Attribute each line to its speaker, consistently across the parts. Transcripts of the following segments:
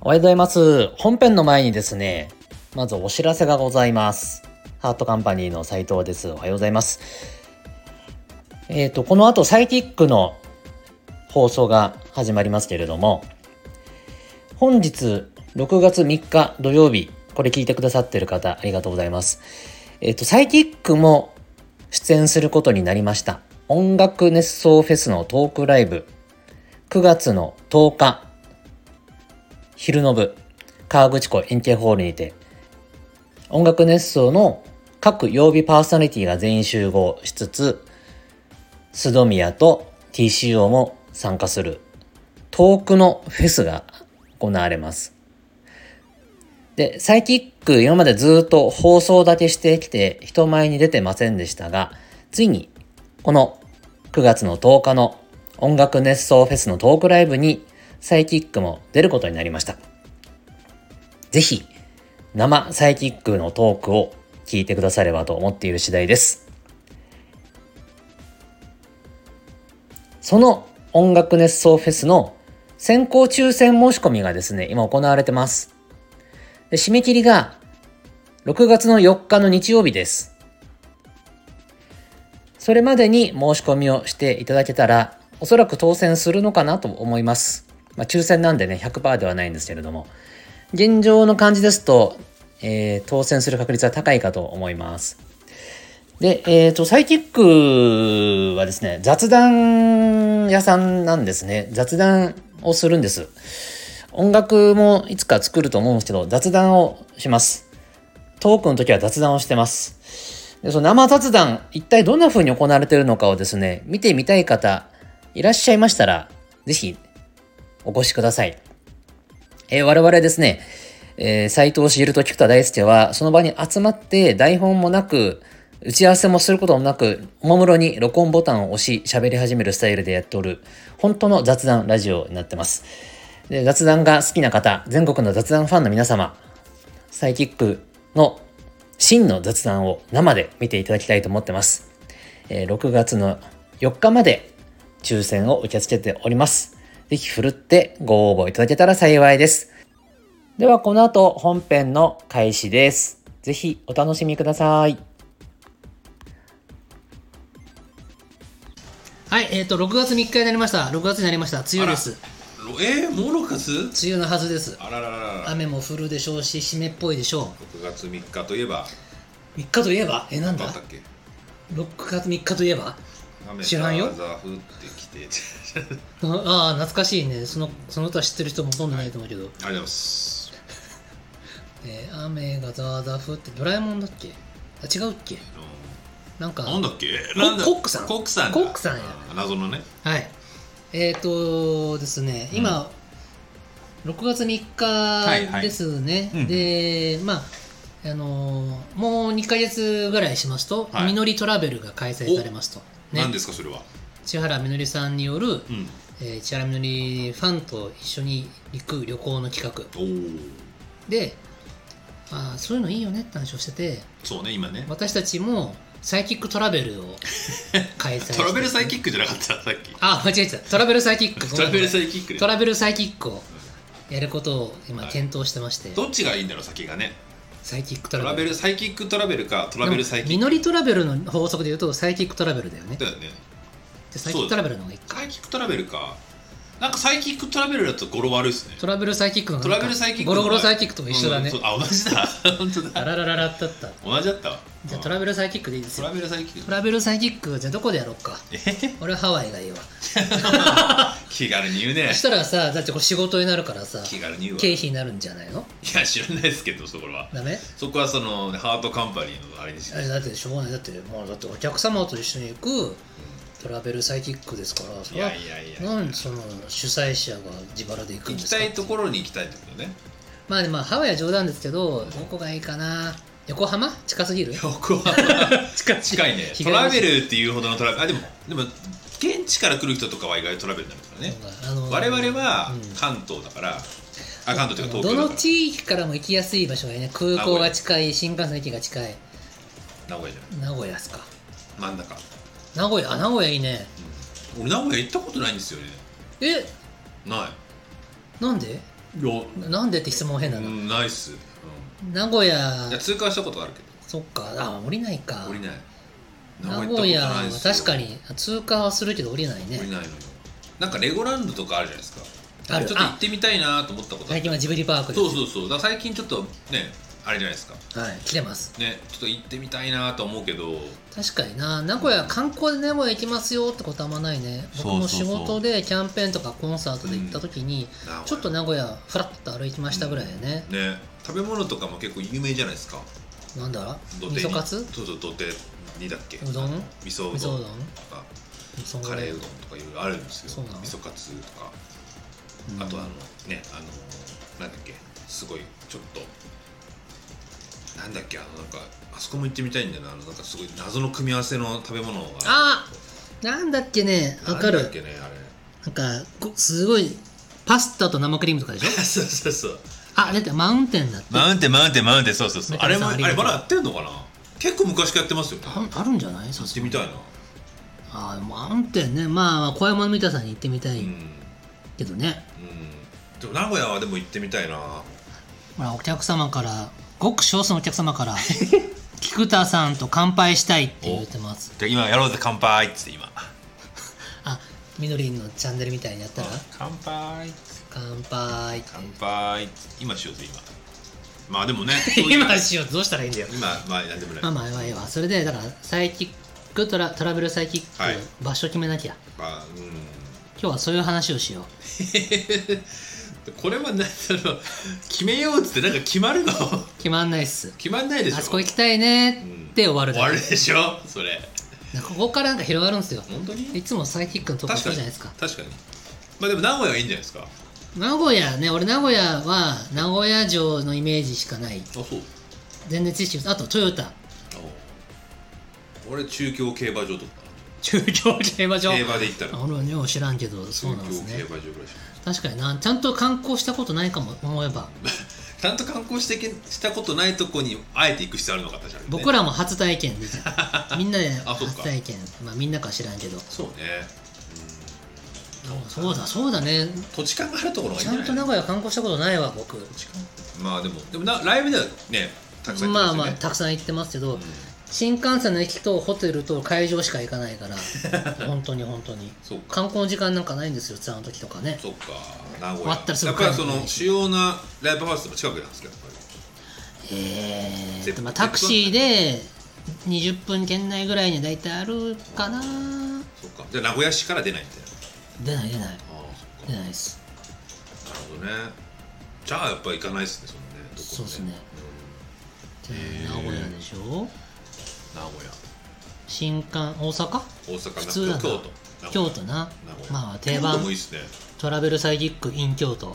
Speaker 1: おはようございます。本編の前にですね、まずお知らせがございます。ハートカンパニーの斉藤です。おはようございます。えっ、ー、と、この後サイティックの放送が始まりますけれども、本日6月3日土曜日、これ聞いてくださってる方、ありがとうございます。えっ、ー、と、サイティックも出演することになりました。音楽熱奏フェスのトークライブ、9月の10日、昼の部、河口湖円形ホールにて、音楽熱奏の各曜日パーソナリティが全員集合しつつ、須戸宮と TCO も参加する、トークのフェスが行われます。で、サイキック今までずっと放送だけしてきて人前に出てませんでしたが、ついにこの9月の10日の音楽熱奏フェスのトークライブにサイキックも出ることになりました。ぜひ、生サイキックのトークを聞いてくださればと思っている次第です。その音楽熱奏フェスの先行抽選申し込みがですね、今行われてます。で締め切りが6月の4日の日曜日です。それまでに申し込みをしていただけたら、おそらく当選するのかなと思います。まあ、抽選なんでね、100%ではないんですけれども、現状の感じですと、えー、当選する確率は高いかと思います。で、えっ、ー、と、サイキックはですね、雑談屋さんなんですね。雑談をするんです。音楽もいつか作ると思うんですけど、雑談をします。トークの時は雑談をしてます。でその生雑談、一体どんな風に行われているのかをですね、見てみたい方、いらっしゃいましたら、ぜひお越しください。えー、我々ですね、えー、斎藤茂と菊田大輔は、その場に集まって台本もなく、打ち合わせもすることもなく、おもむろに録音ボタンを押し、喋り始めるスタイルでやっておる、本当の雑談ラジオになってます。で雑談が好きな方、全国の雑談ファンの皆様、サイキックの真の雑談を生で見ていただきたいと思ってます。えー、6月の4日まで抽選を受け付けております。ぜひ振るってご応募いただけたら幸いです。ではこの後本編の開始です。ぜひお楽しみください。はい、えっ、ー、と、6月3日になりました。6月になりました。梅雨です。
Speaker 2: えー、もう6月
Speaker 1: 梅雨のはずです。
Speaker 2: あらららら。
Speaker 1: 雨も降るでしょうし、湿っぽいでしょ
Speaker 2: う。6月3日といえば。
Speaker 1: 3日といえばえー、なんだ
Speaker 2: だったっけ
Speaker 1: ?6 月3日といえば知らんよ。ああ、懐かしいね。そのその歌知ってる人もほとんどないと思うけど。
Speaker 2: ありがとうございます。
Speaker 1: えー、雨がザーザー降ってドラえもんだっけあ、違うっけなんか。
Speaker 2: なんだっけ
Speaker 1: なんだコックさん。
Speaker 2: コックさん。
Speaker 1: コックさんや。
Speaker 2: 謎のね。
Speaker 1: はい。えっ、ー、とですね、今、うん、6月3日ですね。はいはい、で、まあ、あのー、もう2か月ぐらいしますと、はい、実りトラベルが開催されますと。
Speaker 2: ね、何ですかそれは
Speaker 1: 千原みのりさんによる、うん、えー、千原みのりファンと一緒に行く旅行の企画であそういうのいいよねって話をしてて
Speaker 2: そうね今ね
Speaker 1: 私たちもサイキックトラベルを開催して、ね、
Speaker 2: トラベルサイキックじゃなかったさっき
Speaker 1: あ間違えたトラベルサイキック
Speaker 2: トラベルサイキック
Speaker 1: トラベルサイキックをやることを今検討してまして、はい、
Speaker 2: どっちがいいんだろう先がね
Speaker 1: サイキック
Speaker 2: トラベルサイキックトラベルかトラベルサイキック
Speaker 1: ミノリトラベルの法則でいうとサイキックトラベルだよね
Speaker 2: だよね
Speaker 1: サイキックトラベルの方がいいか
Speaker 2: サイキックトラベルかなんかサイキックトラベルだと語呂悪いですね
Speaker 1: トラベルサイキックの
Speaker 2: トラベルサイキック
Speaker 1: ゴロゴロサイキックと一緒だね、
Speaker 2: うん、あ同じだ 本当だ
Speaker 1: あららららだった
Speaker 2: 同じだった
Speaker 1: じゃあトラベルサイキックでいいです
Speaker 2: よトラベルサイキッ
Speaker 1: クトラベルサイキックじゃあどこでやろうか
Speaker 2: え
Speaker 1: 俺はハワイがいいわ
Speaker 2: 気軽に言うね
Speaker 1: そしたらさだってこれ仕事になるからさ
Speaker 2: 気軽に言うわ
Speaker 1: 経費になるんじゃないの
Speaker 2: いや知らないですけどそこは
Speaker 1: ダメ
Speaker 2: そこはそのハートカンパニーのあれにして
Speaker 1: あれだってしょうがないだってもうだってお客様と一緒に行くトラベルサイキックですから
Speaker 2: いやいやいや
Speaker 1: なんその主催者が自腹で行くん
Speaker 2: ですか行きたいところに行きたいってことね
Speaker 1: まあねまあハワイは冗談ですけどどこがいいかな横浜近すぎる
Speaker 2: 横浜 近いねトラベルっていうほどのトラベルあでもでも現地から来る人とかは意外とトラベルになるからね、あのー、我々は関東だから、うんあ関東というか東
Speaker 1: 京どの地域からも行きやすい場所がいいね空港が近い新幹線駅が近い
Speaker 2: 名古屋じゃ
Speaker 1: ない名古屋ですか
Speaker 2: 真ん中
Speaker 1: 名古屋あ名古屋いいね、
Speaker 2: うん、俺名古屋行ったことないんですよね
Speaker 1: え
Speaker 2: ない
Speaker 1: なんで
Speaker 2: いや
Speaker 3: なんでって質問変だ
Speaker 2: う
Speaker 3: な、
Speaker 2: んないっす、うん
Speaker 3: 名古屋
Speaker 2: いや通過したことあるけ
Speaker 3: そっかあ降りないか
Speaker 2: ど降りない
Speaker 3: 名古屋は確か
Speaker 2: に
Speaker 3: に通過はするけど降りないね
Speaker 2: 降りないのよなんかレゴランドとかあるじゃないですか
Speaker 3: ある
Speaker 2: ちょっと行
Speaker 3: あ
Speaker 2: ってみたいなと思ったことあ
Speaker 3: 最
Speaker 2: る
Speaker 3: 近はジブリパークで
Speaker 2: そうそうそうだから最近ちょっとねあれじゃないですか
Speaker 3: はい来てます
Speaker 2: ねちょっと行ってみたいなと思うけど
Speaker 3: 確かにな名古屋観光で名古屋行きますよってことあんまないね僕も
Speaker 2: そう
Speaker 3: 仕
Speaker 2: そうそう
Speaker 3: 事でキャンペーンとかコンサートで行った時に、ちょっと
Speaker 2: ね
Speaker 3: 名古屋ふらっと歩いてましたぐらいやね、
Speaker 2: ね食べ物とかも結構有名じゃないですか
Speaker 3: なんだ
Speaker 2: 土
Speaker 3: 味
Speaker 2: 手に
Speaker 3: 噌カツ
Speaker 2: そうそう土手にだっけ
Speaker 3: うどん
Speaker 2: 味噌う
Speaker 3: 味噌
Speaker 2: ど
Speaker 3: うんど
Speaker 2: と
Speaker 3: ん
Speaker 2: か
Speaker 3: 味噌うどん
Speaker 2: カレーうどんとかいろいろあるんです
Speaker 3: そ
Speaker 2: よ
Speaker 3: うなの
Speaker 2: 味噌カツとか
Speaker 3: うん
Speaker 2: あとあのねあのなんだっけすごいちょっとなんだっけあのなんかあそこも行ってみたいんだよなあのなんかすごい謎の組み合わせの食べ物が
Speaker 3: あなんだっけねわか
Speaker 2: なんだっ
Speaker 3: る
Speaker 2: けねあれ
Speaker 3: なんかこすごいパスタと生クリームとかでしょ
Speaker 2: そうそうそう
Speaker 3: あだってマウンテンだって
Speaker 2: マウンテンマウンテンマウンテンそうそうそうあれもあ
Speaker 3: 中野さんありがとう
Speaker 2: れまだやってんのかな結構昔からやってますよね
Speaker 3: ああるんじゃないさ
Speaker 2: 行っ
Speaker 3: す
Speaker 2: て
Speaker 3: が
Speaker 2: み
Speaker 3: に
Speaker 2: たいな
Speaker 3: あマウンテンねまあ小山の三田さんに行ってみた
Speaker 2: う
Speaker 3: い
Speaker 2: んうん
Speaker 3: けどね、
Speaker 2: でも名古屋はでも行ってみたいな
Speaker 3: ほらお客様からごく少数のお客様から 「菊田さんと乾杯したい」って言ってます
Speaker 2: じゃあ今やろうぜ乾杯っつって今
Speaker 3: あみのりんのチャンネルみたいにやったら
Speaker 2: 乾杯
Speaker 3: 「乾杯って
Speaker 2: 乾杯今しようぜ今まあで もね」
Speaker 3: 今しようどうしたらいいんだよ
Speaker 2: 今まあなんでもない
Speaker 3: まあまあまあいいわそれでだからサイキックトラトラベルサイキック、
Speaker 2: はい
Speaker 3: 場所決めなきゃ
Speaker 2: まあうん
Speaker 3: 今日はそういう話をしよう
Speaker 2: これは何だろう 決めようっつってなんか決まるの
Speaker 3: 決まんないっす
Speaker 2: 決まんないでしょ
Speaker 3: あそこ行きたいねって終わる
Speaker 2: 終
Speaker 3: だ
Speaker 2: わ
Speaker 3: け
Speaker 2: るでしょそれ
Speaker 3: なんかここからなんか広がるんですよ
Speaker 2: 本当
Speaker 3: い
Speaker 2: に
Speaker 3: つもサイキックのとこ
Speaker 2: 確
Speaker 3: そ
Speaker 2: か
Speaker 3: う
Speaker 2: に
Speaker 3: じゃないですか
Speaker 2: 確かにまあでも名古屋はいいんじゃないですかあ
Speaker 3: 名古屋ね俺名古屋は名古屋城のイメージしかない
Speaker 2: そう
Speaker 3: 全然知識不足あとトヨタ
Speaker 2: 俺中京競馬場とか
Speaker 3: 中京競馬場
Speaker 2: 競馬で行ったら
Speaker 3: あ俺はよう知らんけどそうなんです
Speaker 2: 中京競
Speaker 3: ね
Speaker 2: 馬場ぐらいしか
Speaker 3: 確かになちゃんと観光したことないかも思えば
Speaker 2: ちゃんと観光してけしたことないとこにあえて行く必要あるのか確かに、ね、
Speaker 3: 僕らも初体験でじゃ んみんなで
Speaker 2: あそっか
Speaker 3: 初体験まあみんなか知らんけど
Speaker 2: そうね、うん、
Speaker 3: そうだそうだね
Speaker 2: 土地勘があるところがいい
Speaker 3: ち
Speaker 2: ん
Speaker 3: ゃ
Speaker 2: じゃ
Speaker 3: ん
Speaker 2: ない
Speaker 3: と名古屋観光したことないわ僕
Speaker 2: まあでもでもなライブではねたくさん行
Speaker 3: まあ
Speaker 2: って
Speaker 3: ま
Speaker 2: ま
Speaker 3: あ
Speaker 2: すよね
Speaker 3: たくさん行ってますけど、
Speaker 2: うん
Speaker 3: 新幹線の駅とホテルと会場しか行かないから 本当に本当に
Speaker 2: そうか
Speaker 3: 観光の時間なんかないんですよツアーの時とかね
Speaker 2: そうか名古
Speaker 3: 終
Speaker 2: 屋
Speaker 3: わったらすぐ
Speaker 2: やっぱり
Speaker 3: 帰
Speaker 2: そ
Speaker 3: る
Speaker 2: の主要なライブハウスの近くなんですけどやっぱ
Speaker 3: え
Speaker 2: 絶
Speaker 3: ー、まあ
Speaker 2: 絶対
Speaker 3: タクシーで20分圏内ぐらいに大体あるかな
Speaker 2: りそっかじゃあ名古屋市から出ないみたいな
Speaker 3: 出ない出ない
Speaker 2: ああそっか
Speaker 3: 出
Speaker 2: なる
Speaker 3: ないです
Speaker 2: ほどねじゃあやっぱ行かないですねそのねどこも
Speaker 3: そうっすね
Speaker 2: へ
Speaker 3: 名
Speaker 2: ー
Speaker 3: 古屋でしょ
Speaker 2: うん名古屋
Speaker 3: 新幹大阪
Speaker 2: 大阪
Speaker 3: 普通だ
Speaker 2: 京
Speaker 3: な
Speaker 2: 都名古屋
Speaker 3: 京都な
Speaker 2: 名古屋
Speaker 3: まあ定番
Speaker 2: 京都もいいっすね
Speaker 3: トラベルサイキック in 京都
Speaker 2: うん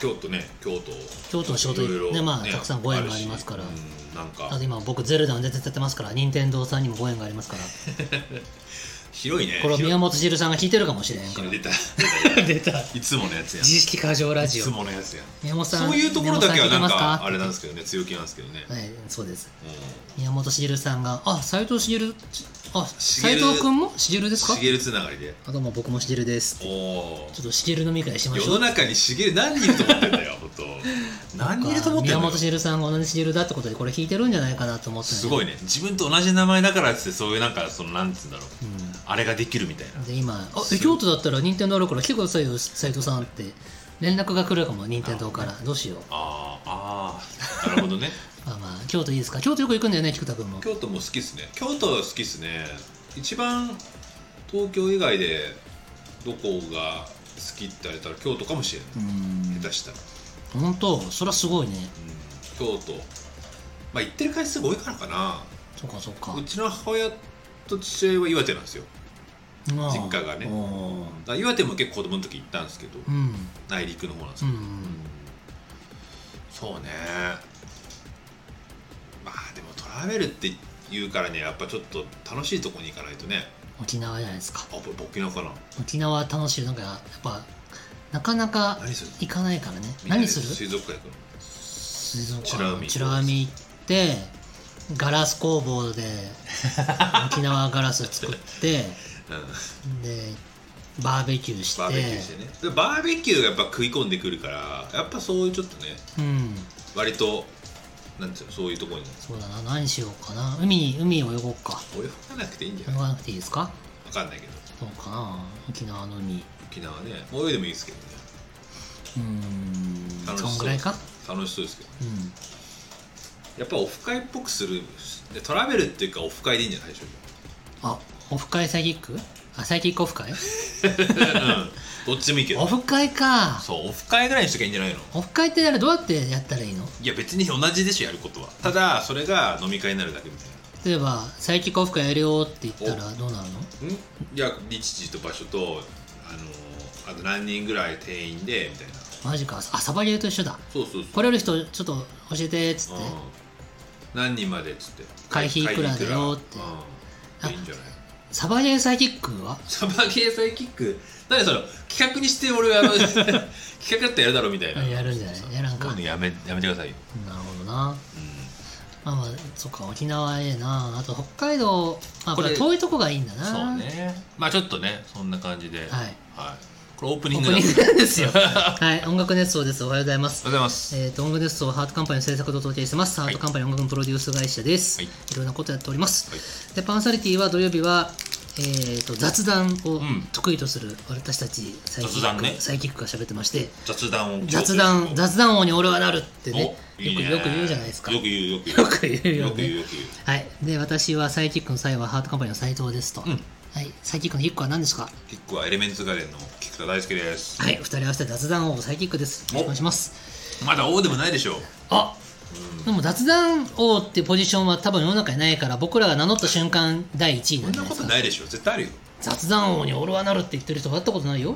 Speaker 2: 京都ね京都
Speaker 3: 京都の仕事
Speaker 2: いろいろ
Speaker 3: ねまあたくさんご縁が
Speaker 2: し
Speaker 3: ありますから
Speaker 2: うんなん
Speaker 3: あ
Speaker 2: か
Speaker 3: と今僕ゼルダの出てってますから任天堂さんにもご縁がありますから
Speaker 2: 広いね
Speaker 3: これを宮
Speaker 2: 本
Speaker 3: 本汁さんが聞いてるかもしれへんか
Speaker 2: 出た
Speaker 3: ら出た
Speaker 2: いつものやつや
Speaker 3: 自意識過剰ラ
Speaker 2: い
Speaker 3: ジ
Speaker 2: つ
Speaker 3: オ
Speaker 2: ものやつや
Speaker 3: 宮本さん
Speaker 2: そういうところだけはなん
Speaker 3: 宮本さ
Speaker 2: かあ
Speaker 3: 聞い
Speaker 2: れ
Speaker 3: て
Speaker 2: なん
Speaker 3: ま
Speaker 2: ですすけどね強気なんですけどね、
Speaker 3: はいそうです
Speaker 2: うん、
Speaker 3: 宮本茂さんがあ斎藤茂あ
Speaker 2: 茂
Speaker 3: 斎藤君も茂ですか
Speaker 2: しげるつながりで
Speaker 3: あどうも僕も茂です
Speaker 2: おお
Speaker 3: ちょっと茂飲み会しまし
Speaker 2: 世
Speaker 3: ょ
Speaker 2: の
Speaker 3: う
Speaker 2: 中にしげる何人いると思ってんだ よ本当何人いると思ってん
Speaker 3: 宮
Speaker 2: だ
Speaker 3: 本
Speaker 2: よ
Speaker 3: 茂さんが同じ茂だってことでこれ弾いてるんじゃないかなと思って
Speaker 2: すご
Speaker 3: い、
Speaker 2: いね自分と同じ名前だからっつってそういうなんかそのなんつうんだろう
Speaker 3: うん
Speaker 2: あれができるみたいな
Speaker 3: で今あ
Speaker 2: す
Speaker 3: え
Speaker 2: ごい
Speaker 3: 京都だったら任天堂あるから来てくださいよ斎藤さんって連絡が来るかも任天堂からどうしよう
Speaker 2: ああああなるほどね
Speaker 3: まあまあ京都いいですか京都よく行くんだよね菊田君も
Speaker 2: 京都も好きっすね京都好きっすね一番東京以外でどこが好きって言われたら京都かもしれな
Speaker 3: う
Speaker 2: い下
Speaker 3: ん
Speaker 2: 手したら
Speaker 3: 本当それはすごいね
Speaker 2: 京都まあ行ってる回数が多いからかな
Speaker 3: そっかそっか
Speaker 2: うちの母親と父親は岩手なんですよ実家がね
Speaker 3: おー
Speaker 2: だから岩手も結構子供の時行ったんですけど、
Speaker 3: うん
Speaker 2: 内陸の方なんです
Speaker 3: う
Speaker 2: けど、
Speaker 3: ん
Speaker 2: そうねまあでもトラベルって言うからねやっぱちょっと楽しいとこに行かないとね
Speaker 3: 沖縄じゃないですか
Speaker 2: あぼ沖縄かな
Speaker 3: 沖縄楽しいなんかやっぱなかなか
Speaker 2: 何する
Speaker 3: 行かないからね
Speaker 2: みんなで
Speaker 3: 何する
Speaker 2: 水族館行くの
Speaker 3: 水族
Speaker 2: 美ら海
Speaker 3: 美ら海行ってガラス工 房で沖縄ガラス作って
Speaker 2: うん
Speaker 3: でバーベキューして
Speaker 2: バーベキューしてねでバーベキューがやっぱ食い込んでくるからやっぱそういうちょっとね
Speaker 3: うん
Speaker 2: 割となんていうのそういうところに
Speaker 3: そうだな何しようかな海に海を泳ごうか
Speaker 2: 泳がなくていいんじゃ
Speaker 3: 泳
Speaker 2: ないわ
Speaker 3: がなくていいですか
Speaker 2: かんないけど
Speaker 3: そうかな沖縄の海
Speaker 2: 沖縄ねもう泳いでもいいですけどね
Speaker 3: うん
Speaker 2: 楽し
Speaker 3: そ
Speaker 2: そうん
Speaker 3: ぐらいか
Speaker 2: 楽しそうですけど
Speaker 3: うん
Speaker 2: やっぱオフ会っぽくするでトラベルっていうかオフ会でいいんじゃないでしょ
Speaker 3: あオフ会サイキックあサイキックオフ会
Speaker 2: うかうんどっちでもいいけ
Speaker 3: オ
Speaker 2: ど
Speaker 3: フ会か
Speaker 2: そうオフ会ぐらいにしときゃいいんじゃないの
Speaker 3: オフ会ってあれどうやってやったらいいの
Speaker 2: いや別に同じでしょやることはただそれが飲み会になるだけみたい
Speaker 3: 例えばサイキックオフ会やるよって言ったらどうなるの
Speaker 2: なんいや日時と場所とあのーあと何人ぐらい定員でみたいな
Speaker 3: マジかあサバゲーと一緒だ
Speaker 2: そうそうそう
Speaker 3: 来れる人ちょっと教えてっつって
Speaker 2: うん何人までっつって
Speaker 3: 会費いくらだよって
Speaker 2: うんいいんじゃない
Speaker 3: サバゲーサイキックは
Speaker 2: サバゲーサイキック何その企画にして俺 はあの企画だったらやるだろみたいな
Speaker 3: やるんじゃないやらんか
Speaker 2: そういうのやめやめてくださいよ、
Speaker 3: なるほどな
Speaker 2: うん
Speaker 3: まあまあそっか沖縄ええなあと北海道まあ
Speaker 2: こ
Speaker 3: こ
Speaker 2: れ
Speaker 3: れ遠いとこがいいんだな
Speaker 2: そうねまあちょっとねそんな感じでは
Speaker 3: はい
Speaker 2: いこれオープ
Speaker 3: オ
Speaker 2: ニング
Speaker 3: ープ
Speaker 2: だ
Speaker 3: ニングなんですよ
Speaker 2: おはよ
Speaker 3: はい音楽熱奏ですおはようございます
Speaker 2: うございます
Speaker 3: えー、と音楽ですとハートカンパニーの制作と統計してます、
Speaker 2: はい
Speaker 3: ハートカンパニー音楽のプロデュース会社です、
Speaker 2: はい
Speaker 3: い、ろんなことやっております、
Speaker 2: はい
Speaker 3: でパーソナリティは土曜日は、えー、と雑談を
Speaker 2: ん
Speaker 3: 得意とする私たちサイキ
Speaker 2: 雑
Speaker 3: ッ
Speaker 2: 談
Speaker 3: ク,、
Speaker 2: ね
Speaker 3: サイキックが喋ってまして
Speaker 2: 雑談を
Speaker 3: 雑談雑談王に俺はなるってね
Speaker 2: おいいね
Speaker 3: よくよく言うじゃないですか
Speaker 2: よく言うよく言う
Speaker 3: よく言うよ
Speaker 2: よく言う
Speaker 3: ね
Speaker 2: よく言う
Speaker 3: はいで私はサイキックの際はハートカンパニーの斉藤ですと、
Speaker 2: ん
Speaker 3: はい、サイキックの1個は何ですか
Speaker 2: キックはエレメンツガーデンの菊田大輔です
Speaker 3: はい2人合わせて雑談王サイキックですよろしくお願いします
Speaker 2: まだ王でもないでしょう
Speaker 3: あでも雑談王ってポジションは多分世の中にないから僕らが名乗った瞬間第1位
Speaker 2: そ
Speaker 3: なん
Speaker 2: ん
Speaker 3: じゃ
Speaker 2: な
Speaker 3: ない
Speaker 2: こ
Speaker 3: です
Speaker 2: と
Speaker 3: か
Speaker 2: ないでしょう絶対あるよ
Speaker 3: 雑談王に俺はなるって言ってる人会ったことないよ、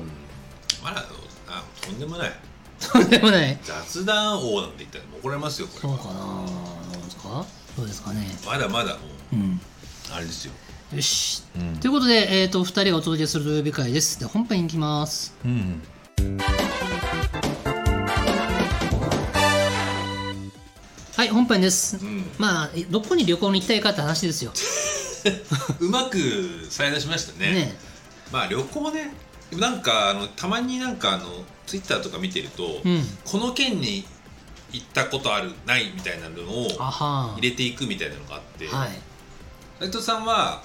Speaker 2: あらあとんでもない
Speaker 3: とんでもない
Speaker 2: 雑談王なんて言ったらもう怒られますよこれ
Speaker 3: そうかなどうですかどうですかね
Speaker 2: まだまだもう
Speaker 3: うん
Speaker 2: あれですよ
Speaker 3: よし、
Speaker 2: うん
Speaker 3: ということで、えー、と2人がお届けする土曜日会ですで本編いきます
Speaker 2: うん
Speaker 3: はい本編です、
Speaker 2: ん
Speaker 3: まあどこに旅行に行きたいかって話ですよ
Speaker 2: うまく再出しましたね
Speaker 3: ね
Speaker 2: まあ旅行ねでもなんかあのたまになんかあのツイッターとか見てると、
Speaker 3: うん
Speaker 2: この県に行ったことあるないみたいなのを
Speaker 3: あは
Speaker 2: 入れていくみたいなのがあって
Speaker 3: はい
Speaker 2: 斉藤さんは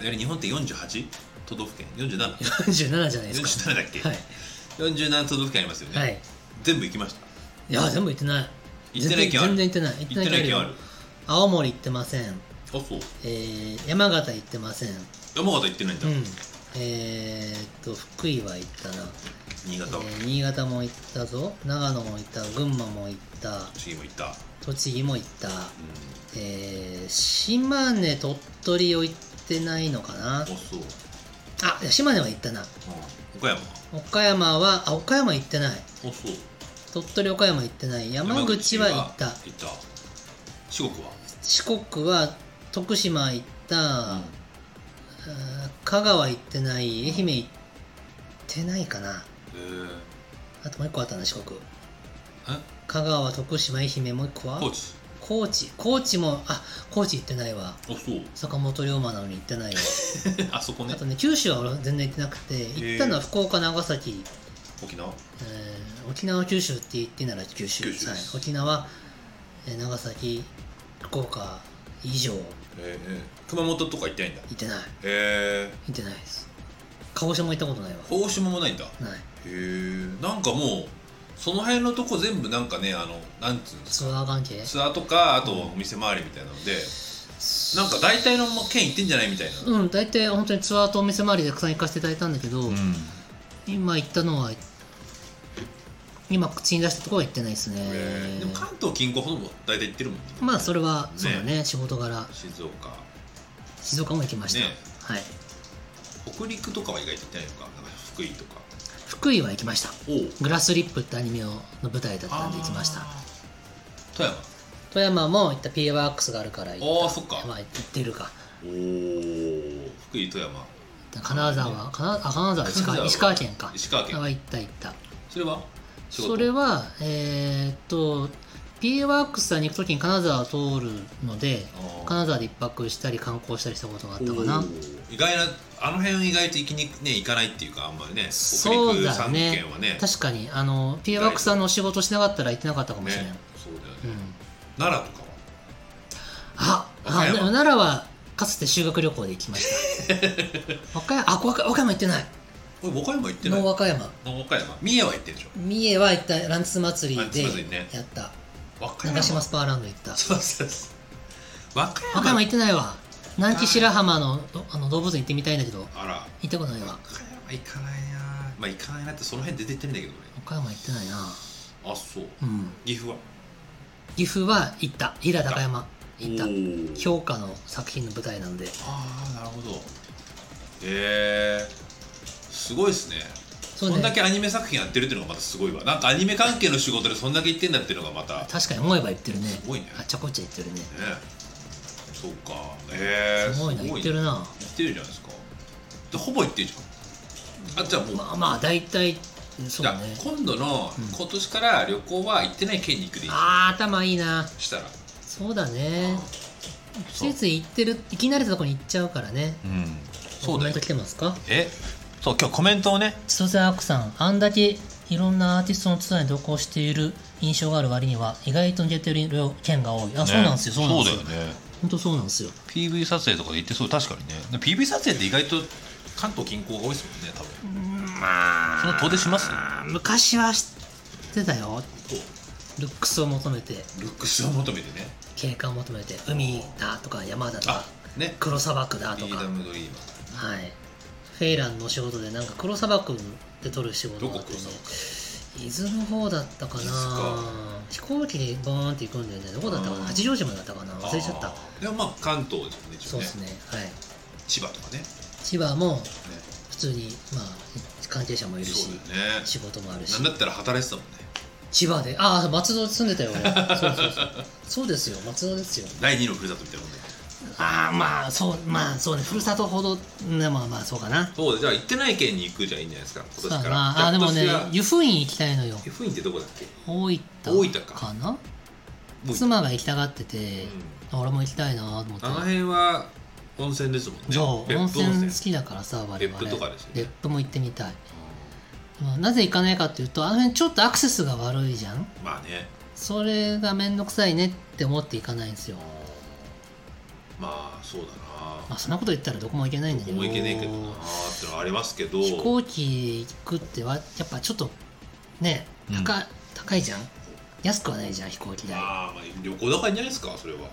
Speaker 2: やはり日本って 48? 都道府県 47?47
Speaker 3: 47じゃないですか
Speaker 2: だっけ、
Speaker 3: はい、
Speaker 2: 47都道府県ありますよね、
Speaker 3: はい、
Speaker 2: 全部行きました
Speaker 3: いや全部行ってない
Speaker 2: 行ってない県ある
Speaker 3: 全然行ってない行
Speaker 2: 行ってない県ある
Speaker 3: よ青森行ってませ
Speaker 2: あ
Speaker 3: ん
Speaker 2: そう
Speaker 3: えー、山形行ってませんう
Speaker 2: 山形行ってないんだ、
Speaker 3: んえー、っと福井は行ったな、
Speaker 2: 新
Speaker 3: え
Speaker 2: 潟は
Speaker 3: ー新潟も行ったぞ長野も行った群馬も行った
Speaker 2: 栃木も行った、うん、
Speaker 3: 栃木も行ったえー、島根鳥取を行ってないのかな
Speaker 2: あそう、うん、
Speaker 3: あいや島根は行ったな
Speaker 2: 岡山あ
Speaker 3: 岡山はあ岡山行ってない
Speaker 2: そう
Speaker 3: 鳥取岡山行ってない山口は行った
Speaker 2: 行った四国は
Speaker 3: 四国は徳島行った、
Speaker 2: うん
Speaker 3: あー香川行ってない愛媛行ってないかな
Speaker 2: えー
Speaker 3: あともう一個あったな四国
Speaker 2: え
Speaker 3: 香川徳島愛媛もう一個は
Speaker 2: 高知
Speaker 3: 高知高知もあ高知行ってないわ
Speaker 2: あ そう
Speaker 3: 坂本龍馬なのに行って ないわ
Speaker 2: あそこね
Speaker 3: あとね九州は俺全然行ってなくて行ったのは福岡長崎、
Speaker 2: 沖縄
Speaker 3: えー沖縄九州って言っていいなら九州
Speaker 2: 九州で
Speaker 3: はい
Speaker 2: す、
Speaker 3: 沖縄、えー長崎福岡以上行
Speaker 2: えーえー熊本とか行ってないんだ
Speaker 3: ってない
Speaker 2: へえ
Speaker 3: 行ってないです鹿児島行ったことないわ
Speaker 2: ー、大島もないんだへ
Speaker 3: ない
Speaker 2: えんかもうその辺のとこ全部なんかねあのなんつうんです
Speaker 3: ツアー関係
Speaker 2: かツアーとかあとお店回りみたいなのでなんか大体の県行ってんじゃないみたいな
Speaker 3: うん、大体本当にツアーとお店回りでたくさん行かせていただいたんだけど、今行ったのは今口に出したところは行ってないですね、
Speaker 2: えーでも関東近郊ほとんど大体行ってるもんね
Speaker 3: まあそれはそうだね仕事柄
Speaker 2: 静岡
Speaker 3: 静岡も行きました、
Speaker 2: ね
Speaker 3: はい
Speaker 2: 北陸とかは意外と行ってないのかなんか福井とか
Speaker 3: 福井は行きました
Speaker 2: おお
Speaker 3: グラスリップってアニメの舞台だったんで行きました
Speaker 2: 富山
Speaker 3: 富山も行った PA ワークスがあるから行った
Speaker 2: あーそっか
Speaker 3: まあ行ってるか
Speaker 2: おお福井富山
Speaker 3: 金沢は金あ金沢は石
Speaker 2: 金沢
Speaker 3: 川
Speaker 2: は
Speaker 3: 石川県か
Speaker 2: 石川県
Speaker 3: は行った行った
Speaker 2: それは仕事
Speaker 3: それはえーっと PA ワークスさんに行くときに金沢を通るので
Speaker 2: あー
Speaker 3: 金沢で一泊したり観光したりしたことがあったかな
Speaker 2: おー意外なあの辺意外と行きにね行かないっていうかあんまりね北
Speaker 3: そう
Speaker 2: 陸
Speaker 3: だ
Speaker 2: 三
Speaker 3: ね
Speaker 2: 県はね
Speaker 3: 確かにあの PA ワークスさんのお仕事しなかったら行ってなかったかもしれない、
Speaker 2: ねそうだよ
Speaker 3: う
Speaker 2: ね、
Speaker 3: ん、
Speaker 2: 奈良とかは
Speaker 3: あ
Speaker 2: 和歌
Speaker 3: あ
Speaker 2: 山
Speaker 3: 奈良はかつて修学旅行で行きました 和歌山あ和歌和歌山行ってない
Speaker 2: これ和歌山行ってない
Speaker 3: の
Speaker 2: の
Speaker 3: 和歌山
Speaker 2: 和歌山三重は行ってるでしょ
Speaker 3: 三重は行ったランツ祭りで
Speaker 2: ランツ祭りね
Speaker 3: やった
Speaker 2: 和歌山
Speaker 3: 長島スパーランド行った
Speaker 2: そうそうそう和歌
Speaker 3: 和歌
Speaker 2: 山
Speaker 3: 山行ってないわ南紀白浜のどあの動物園行ってみたいんだけど
Speaker 2: あら
Speaker 3: 行ったことないわ
Speaker 2: 和歌山行かないなまあ行かないなってその辺出てってんだけどね
Speaker 3: 和歌山行ってないな
Speaker 2: あそう
Speaker 3: うん
Speaker 2: 岐阜は
Speaker 3: 岐阜は行った平高山行った
Speaker 2: おー
Speaker 3: 評価の作品の舞台なんで
Speaker 2: ああなるほどへえすごいですね
Speaker 3: そ
Speaker 2: そんだけアニメ作品やってるっていうのがまたすごいわなんかアニメ関係の仕事でそんだけ言ってんだっていうのがまたね
Speaker 3: 確かに思えば行ってるね
Speaker 2: すごいね
Speaker 3: あっちゃこっちゃ行ってるね
Speaker 2: そうかへえ
Speaker 3: すごいな行ってるな
Speaker 2: 行ってるじゃないですかでほぼ行ってるじゃんあじゃあもう、
Speaker 3: まあまあ大体そう
Speaker 2: じゃあ
Speaker 3: だね
Speaker 2: 今度の
Speaker 3: うん
Speaker 2: 今年から旅行は行ってない県に行くでいい
Speaker 3: あー頭いいな
Speaker 2: したら
Speaker 3: そうだね
Speaker 2: そ
Speaker 3: つ
Speaker 2: う
Speaker 3: いつい行ってる行き慣れたとこに行っちゃうからね
Speaker 2: うんそうだ
Speaker 3: コメン
Speaker 2: よ
Speaker 3: ト来てますか
Speaker 2: えそう今日コメントをね
Speaker 3: スザアクさんあんだけいろんなアーティストのツアーに同行している印象がある割には意外と似てる県が多いあ、そうなんですよそうなんですよ
Speaker 2: だよね
Speaker 3: 本当そうなんですよ
Speaker 2: PV 撮影とかで行ってそう確かにねで PV 撮影って意外と関東近郊が多いですもんね多分その遠出します
Speaker 3: 昔は知ってたよルックスを求めて
Speaker 2: ルックスを求めてね
Speaker 3: 景観を求めて海だとか山だと
Speaker 2: あ
Speaker 3: か
Speaker 2: ね
Speaker 3: 黒砂漠だ
Speaker 2: フ
Speaker 3: と
Speaker 2: リー
Speaker 3: か
Speaker 2: ダムドリーマ
Speaker 3: はいフェイランの仕事でなんか黒砂漠で撮る仕
Speaker 2: ー
Speaker 3: 事
Speaker 2: ど
Speaker 3: があ
Speaker 2: こ
Speaker 3: って、
Speaker 2: 黒
Speaker 3: ね
Speaker 2: さ、
Speaker 3: 伊豆の方だったか
Speaker 2: 伊
Speaker 3: な
Speaker 2: 豆
Speaker 3: 飛行機でバーンって行くんだよねどこだったか
Speaker 2: うん
Speaker 3: な八丈島だったかな忘れちゃった
Speaker 2: たでもまあ関東ですよね一
Speaker 3: そ
Speaker 2: 応
Speaker 3: う
Speaker 2: ね
Speaker 3: ですねはい
Speaker 2: 千葉とかねね
Speaker 3: 千葉も普通にまあ関係者もいる
Speaker 2: そう
Speaker 3: し、
Speaker 2: だよね
Speaker 3: 仕事もある
Speaker 2: な
Speaker 3: し
Speaker 2: んだったら働いてたもんね
Speaker 3: 千葉でああ松戸住んでたよ俺そうそうそうそうですよ松戸ですよ
Speaker 2: 第二のふるさとみたいなもんだよ
Speaker 3: ああまあそうまあそうねふるさとほどねまあまあそうかな
Speaker 2: そうだじゃあ行ってない県に行くじゃいいんじゃないですか今年
Speaker 3: そう
Speaker 2: か
Speaker 3: だ
Speaker 2: ら
Speaker 3: な
Speaker 2: じゃ
Speaker 3: あーでもね
Speaker 2: 今年は
Speaker 3: 湯布院行きたいのよ
Speaker 2: 湯布院ってどこだっけ
Speaker 3: 大分
Speaker 2: 大分か
Speaker 3: かな
Speaker 2: もう
Speaker 3: 妻が行きたがってて
Speaker 2: うん、
Speaker 3: 俺も行きたいなと思って
Speaker 2: あの辺は温泉ですもんね
Speaker 3: そう
Speaker 2: 別
Speaker 3: 温
Speaker 2: 府
Speaker 3: 泉好きだからさ我々
Speaker 2: 別府とかですよね
Speaker 3: 別府も行ってみたい、まあ、なぜ行かないかっていうとあの辺ちょっとアクセスが悪いじゃん
Speaker 2: まあね
Speaker 3: それが面倒くさいねって思って行かないんですよ
Speaker 2: まあそうだな、
Speaker 3: まあそんなこと言ったらどこも行けないんだ
Speaker 2: ど
Speaker 3: け
Speaker 2: こ
Speaker 3: ど
Speaker 2: も行けねえけどなーってのはありますけど
Speaker 3: 飛行機で行くってはやっぱちょっとね高,、高いじゃん安くはないじゃん飛行機代は
Speaker 2: まあまあ旅行だからいいんじゃないですかそれは、ね、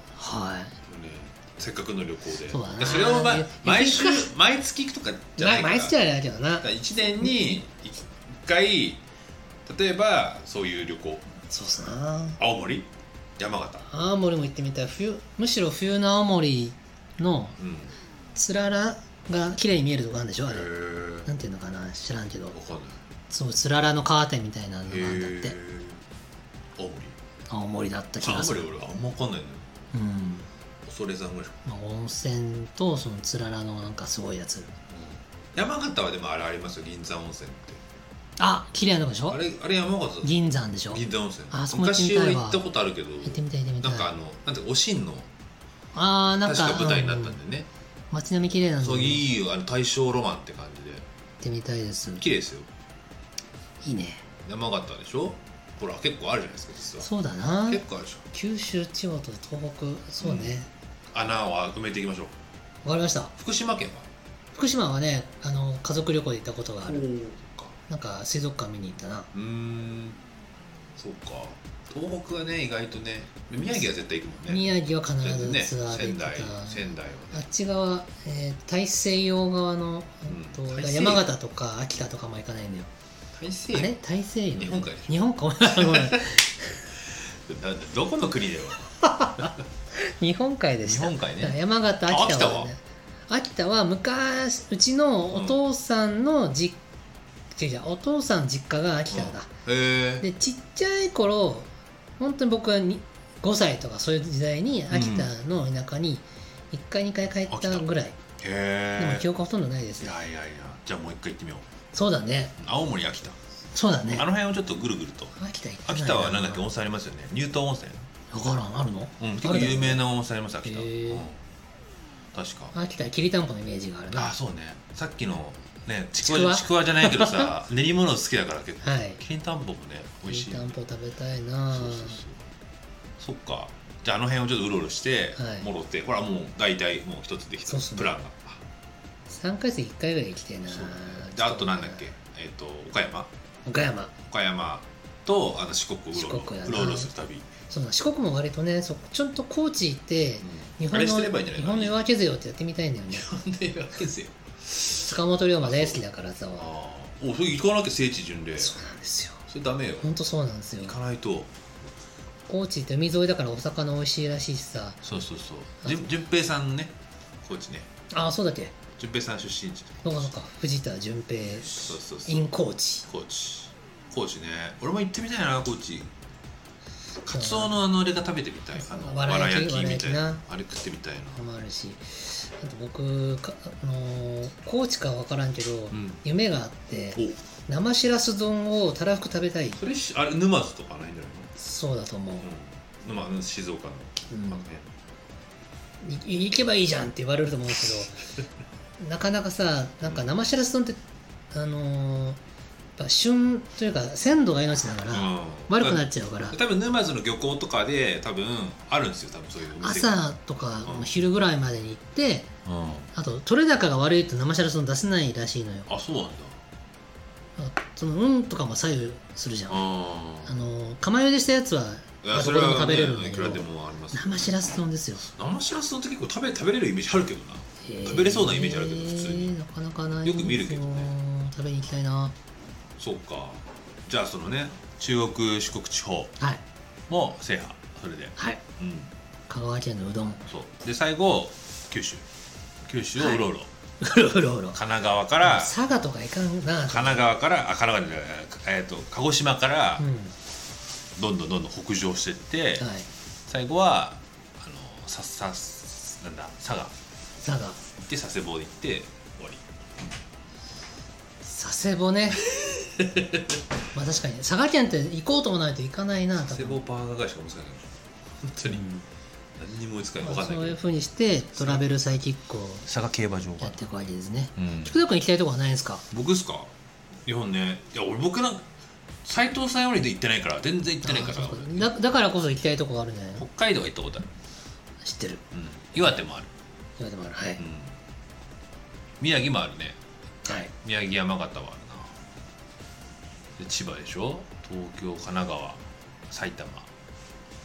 Speaker 2: せっかくの旅行で
Speaker 3: そうだな
Speaker 2: れを、まあ
Speaker 3: いや、
Speaker 2: 毎週
Speaker 3: いや
Speaker 2: 毎月とか
Speaker 3: い
Speaker 2: じゃない
Speaker 3: ま
Speaker 2: から
Speaker 3: 毎月はあれだけどな
Speaker 2: だから一年に一回例えばそういう旅行
Speaker 3: そうっすな
Speaker 2: 青森山形
Speaker 3: 青森も行ってみたい冬むしろ冬の青森の
Speaker 2: うんへ
Speaker 3: つららが綺麗に見えるとこあるんでしょあれ
Speaker 2: え
Speaker 3: なんていうのかな知らんけど
Speaker 2: 分かんない
Speaker 3: そうつららのカーテンみたいなのがあるんだっ
Speaker 2: へ
Speaker 3: て
Speaker 2: え青森
Speaker 3: 青森だった気
Speaker 2: あ
Speaker 3: が
Speaker 2: 青
Speaker 3: す
Speaker 2: 森
Speaker 3: る
Speaker 2: 俺あんま分かんないのよ
Speaker 3: うん
Speaker 2: 恐山ぐらいしか
Speaker 3: まあ、温泉とそのつららのなんかすごいやつ
Speaker 2: 山形はでもあれありますよ銀山温泉って
Speaker 3: あ綺麗なとこでし
Speaker 2: あ
Speaker 3: ょ
Speaker 2: れあれ山形だ
Speaker 3: 銀山でしょ行
Speaker 2: 銀座温泉
Speaker 3: あそこ行ってみ
Speaker 2: 昔
Speaker 3: たいわ
Speaker 2: は行ったことあるけど
Speaker 3: ってみたい行ってみた
Speaker 2: ないんかあのなんていうかおしんの
Speaker 3: ああなん
Speaker 2: 確
Speaker 3: か
Speaker 2: か舞台になったん
Speaker 3: うん
Speaker 2: でね、
Speaker 3: 街並み綺麗なんで
Speaker 2: そう
Speaker 3: 行っ
Speaker 2: いいよあの大正ロマンって感じで
Speaker 3: てみたいです
Speaker 2: 綺麗ですよ
Speaker 3: いいね
Speaker 2: 山形でしょほら結構あるじゃないですか実は
Speaker 3: そうだな
Speaker 2: 結構あるでしょ
Speaker 3: 九州地方と東北そうね、
Speaker 2: 穴を埋めていきましょう
Speaker 3: わかりました
Speaker 2: 福島県は
Speaker 3: 福島はねあの家族旅行で行ったことがある
Speaker 2: か
Speaker 3: なんか水族館見に行ったな
Speaker 2: うーんそうか東北はね意外とね宮城は絶対行くもんね
Speaker 3: 宮城は必
Speaker 2: 全然ね
Speaker 3: ずツアーで行
Speaker 2: 仙
Speaker 3: ってた、
Speaker 2: 台仙台はね
Speaker 3: あっち側、えー大西洋側の、えっと
Speaker 2: うん大西洋
Speaker 3: 山形とか秋田とかも行かないんだよ
Speaker 2: 大西
Speaker 3: あ
Speaker 2: 洋
Speaker 3: れ大西洋
Speaker 2: 日本海でしょ
Speaker 3: 日本海ごめん
Speaker 2: なんだどこの国だよ
Speaker 3: 日本海でし
Speaker 2: 日
Speaker 3: た
Speaker 2: 本海ね
Speaker 3: 山形秋田
Speaker 2: あ秋田
Speaker 3: は、
Speaker 2: は
Speaker 3: ね、秋田は昔うちのお父さんの実、違う違うお父さんの実家が秋田だ、
Speaker 2: うんへえ
Speaker 3: でちっちゃい頃本当に僕はに5歳とかそういう時代に秋田の田舎に1回2回帰ったぐらい、
Speaker 2: へ
Speaker 3: でも
Speaker 2: え
Speaker 3: 記憶はほとんどないです
Speaker 2: い
Speaker 3: ね
Speaker 2: やいやいやじゃあもう一回行ってみよう
Speaker 3: そうだね
Speaker 2: 青森秋田
Speaker 3: そうだね
Speaker 2: あの辺をちょっとぐるぐると
Speaker 3: 秋田行ってない
Speaker 2: 秋田はなんだっけ温泉ありますよね乳頭温泉、
Speaker 3: わからんあるの、
Speaker 2: うん、結構有名な温泉あります
Speaker 3: へ
Speaker 2: 秋田、
Speaker 3: ー
Speaker 2: うん確か
Speaker 3: 秋田はきりたんぽのイメージがある
Speaker 2: ああ
Speaker 3: な
Speaker 2: そうねさっきのねちく
Speaker 3: ちく
Speaker 2: わ
Speaker 3: わ
Speaker 2: ちくわじゃないけど さ練り物好きだから結構
Speaker 3: はい
Speaker 2: きりたんぽもね美味
Speaker 3: きり
Speaker 2: しい
Speaker 3: た
Speaker 2: そうん
Speaker 3: ぽ食べたいな
Speaker 2: そうそうそっかじゃああの辺をちょっとうろうろして
Speaker 3: はい
Speaker 2: もろってこれはもう大体もう一つでき
Speaker 3: そ
Speaker 2: た
Speaker 3: うっすね
Speaker 2: プランが
Speaker 3: 3ヶ月に1回ぐらい行きたいな
Speaker 2: そうであとなんだっけえっと岡山
Speaker 3: 岡山
Speaker 2: 岡山とあの四国をうろ
Speaker 3: 四国
Speaker 2: う
Speaker 3: や
Speaker 2: ろ
Speaker 3: な
Speaker 2: うろうろする旅
Speaker 3: そうだ四国も割とねそうちょっと高知行って日
Speaker 2: あ
Speaker 3: 本
Speaker 2: れし
Speaker 3: の
Speaker 2: てればいいんじゃない
Speaker 3: 日本の夜明けぜよってやってみたいんだよね
Speaker 2: なんでわけですよ
Speaker 3: 坂本龍馬大好きだからさ
Speaker 2: ああおそれ行かなきゃ聖地巡礼そ
Speaker 3: そうなんですよ
Speaker 2: れダメよ
Speaker 3: ほんとそうなんですよ
Speaker 2: 行かないと
Speaker 3: 高知って海沿いだからお魚美味しいらしいしさ
Speaker 2: そうそうそうじゅ順平さんね高知ね
Speaker 3: ああそうだっけ
Speaker 2: 順平さん出身地
Speaker 3: そうかそうか藤田淳平
Speaker 2: そうそうそう
Speaker 3: in 高知
Speaker 2: 高知高知ね俺も行ってみたいな高知カツオのあのあれが食べてみたいあのわ
Speaker 3: わら
Speaker 2: ら
Speaker 3: 焼
Speaker 2: 焼
Speaker 3: き
Speaker 2: きみたい
Speaker 3: わら
Speaker 2: な
Speaker 3: 焼
Speaker 2: あれ食ってみたいな
Speaker 3: もあるしあと僕か、あのー高知かわからんけど、
Speaker 2: ん
Speaker 3: 夢があって
Speaker 2: お
Speaker 3: 生しらす丼をたらふく食べたい
Speaker 2: それしあれ沼津とかないんじゃない
Speaker 3: そうだと思う、
Speaker 2: の、うん、沼津静岡の、
Speaker 3: うん
Speaker 2: あのね
Speaker 3: い行けばいいじゃんって言われると思うんですけ どなかなかさなんか生しらす丼ってあのーやっぱ旬というか鮮度が命だから、
Speaker 2: うん
Speaker 3: 悪くなっちゃうから
Speaker 2: 多分沼津の漁港とかで多分あるんですよ多分そういうお店が、
Speaker 3: 朝とか
Speaker 2: うん
Speaker 3: 昼ぐらいまでに行って
Speaker 2: うん、
Speaker 3: あと取れ高が悪いと生しらす丼出せないらしいのよ
Speaker 2: あそうなんだ
Speaker 3: あその運とかも左右するじゃんあ
Speaker 2: ああ
Speaker 3: の釜茹でしたやつはい
Speaker 2: や
Speaker 3: ど
Speaker 2: そ
Speaker 3: こ
Speaker 2: れ
Speaker 3: で
Speaker 2: は、
Speaker 3: も
Speaker 2: ね、
Speaker 3: 食べれるんだ
Speaker 2: いく
Speaker 3: けど
Speaker 2: らでもありますよ
Speaker 3: 生しらす丼ですよ
Speaker 2: 生しらす丼って結構食べ食べれるイメージあるけどな食べれそうなイメージあるけど普通に
Speaker 3: えーなかなかない
Speaker 2: よく見るけどね
Speaker 3: 食べに行きたいな
Speaker 2: そうかじゃあそのね中国四国地方
Speaker 3: はい
Speaker 2: も制覇それで
Speaker 3: はい
Speaker 2: うん
Speaker 3: 香川県のうどん
Speaker 2: そうで最後九州九州をうろうろ、
Speaker 3: うろうろうろ
Speaker 2: 神奈川から神
Speaker 3: 佐賀とかいかんな
Speaker 2: 奈川からあ神奈川じゃないえっ、と鹿児島から
Speaker 3: うん
Speaker 2: どんどんどんどん北上してって、
Speaker 3: はい
Speaker 2: 最後はあのささなんだ佐賀行
Speaker 3: 佐賀
Speaker 2: って佐世保行って終わり
Speaker 3: 佐世保ね まあ確かに佐賀県って行こうともないと行かないな多
Speaker 2: 佐世
Speaker 3: 分
Speaker 2: 保バーガー街しか思いつかない本当に何にも思いつかない分
Speaker 3: まあ
Speaker 2: かん
Speaker 3: そ
Speaker 2: な
Speaker 3: う
Speaker 2: い
Speaker 3: いう
Speaker 2: けど
Speaker 3: ふうにしてトラベルサイキックを
Speaker 2: 佐賀競馬場
Speaker 3: やっていくわけですね
Speaker 2: うん
Speaker 3: 菊田君行きたいとこはないんですか
Speaker 2: 僕ですか日本ねいや俺僕なん斎藤さんよりで行ってないから全然行ってないから
Speaker 3: あそうそうだだからこそ行きたいとこがあるんじゃない
Speaker 2: 北
Speaker 3: の
Speaker 2: 海道は行ったことある、
Speaker 3: 知ってる
Speaker 2: うん、岩手もある、
Speaker 3: 今でもあるはい、
Speaker 2: うん、宮城もあるね
Speaker 3: はい
Speaker 2: 宮城山形はあるなで千葉でしょ東京神奈川埼玉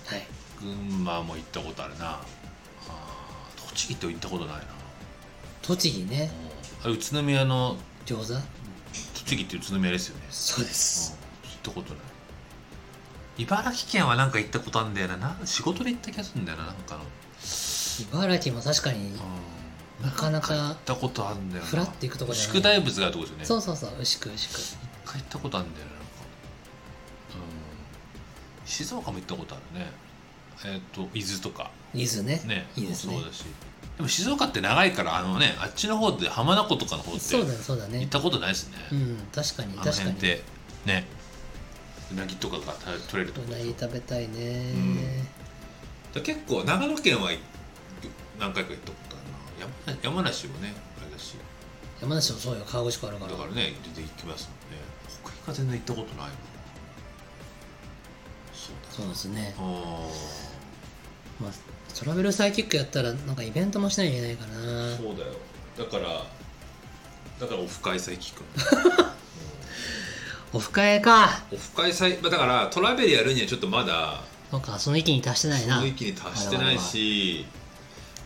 Speaker 3: はい
Speaker 2: 群馬も行ったことあるなあー栃木と行ったことないな
Speaker 3: 栃木ね
Speaker 2: あれ宇都宮の
Speaker 3: 餃子
Speaker 2: 栃木って宇都宮ですよね
Speaker 3: そうです
Speaker 2: 行ったことない茨城県はなんか行ったことあるんだよなな仕事で行った気がするんだよななんかの
Speaker 3: 茨城も確か
Speaker 2: う
Speaker 3: に
Speaker 2: ん
Speaker 3: なかなか
Speaker 2: 行ったことあるんだよな
Speaker 3: ふらっと行くとこじゃない
Speaker 2: 宿題物があるとこですよね
Speaker 3: そううそうそう牛久牛久
Speaker 2: 一回行ったことあるんだよななんかうん静岡も行ったことあるねえっ、と伊豆とか
Speaker 3: 伊豆ね
Speaker 2: ね
Speaker 3: いいですね
Speaker 2: そうだしでも静岡って長いからあのねあっちの方で浜名湖とかの方って
Speaker 3: そうだ
Speaker 2: 行
Speaker 3: ねそうだね
Speaker 2: ったことないですね
Speaker 3: うん確かに
Speaker 2: あの
Speaker 3: 確か
Speaker 2: 辺っ
Speaker 3: に
Speaker 2: てねうなぎとかがた取れるとこ
Speaker 3: うなぎ食べたいね、
Speaker 2: んだ結構長野県は何回か行ったことあるな山山梨もねあれだし
Speaker 3: 山梨もそうよ川口湖あるか
Speaker 2: だ
Speaker 3: ら
Speaker 2: からね出て行きますもんね北陸は全然行ったことないなそうだ
Speaker 3: そうですね、
Speaker 2: あ
Speaker 3: まあ、トラベルサイキックやったらなんかイベントもしないといけないか
Speaker 2: あ
Speaker 3: な
Speaker 2: そうだよだからだからオフ会祭聞く
Speaker 3: オフ会か
Speaker 2: オフ会祭まあだからトラベルやるにはちょっとまだ
Speaker 3: そうかその域に達してない
Speaker 2: そ
Speaker 3: な
Speaker 2: の域に達してないし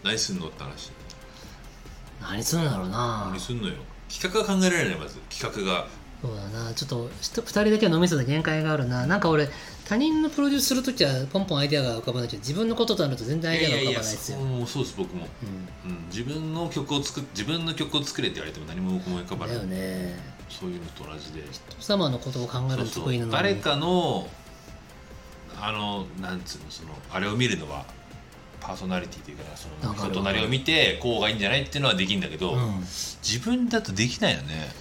Speaker 2: 何すんのって話
Speaker 3: 何するんだろうな
Speaker 2: 何すんのよ企画が考えられないまず企画が
Speaker 3: そうだなちょっとひと二人だけは飲みそうで限界があるななんか俺他人のプロデュースするときはポンポンアイデアが浮かばないけど自分のこととなると全然アイデアが浮かばないですよ
Speaker 2: そうそうです僕もうん、自分の曲を作っ自分の曲を作れって言われても何も思い浮か
Speaker 3: う
Speaker 2: ば
Speaker 3: ん
Speaker 2: な
Speaker 3: だ
Speaker 2: い、
Speaker 3: よね
Speaker 2: そういうのと同じで
Speaker 3: 人様のことを考えるの
Speaker 2: そうそ
Speaker 3: 得意なの
Speaker 2: う
Speaker 3: に
Speaker 2: 誰かのあのなんつうのそのあれを見るのはパーソナリティというかその
Speaker 3: わかる
Speaker 2: 人となりを見てこうがいいんじゃないっていうのはできるんだけど、
Speaker 3: うん
Speaker 2: 自分だとできないよね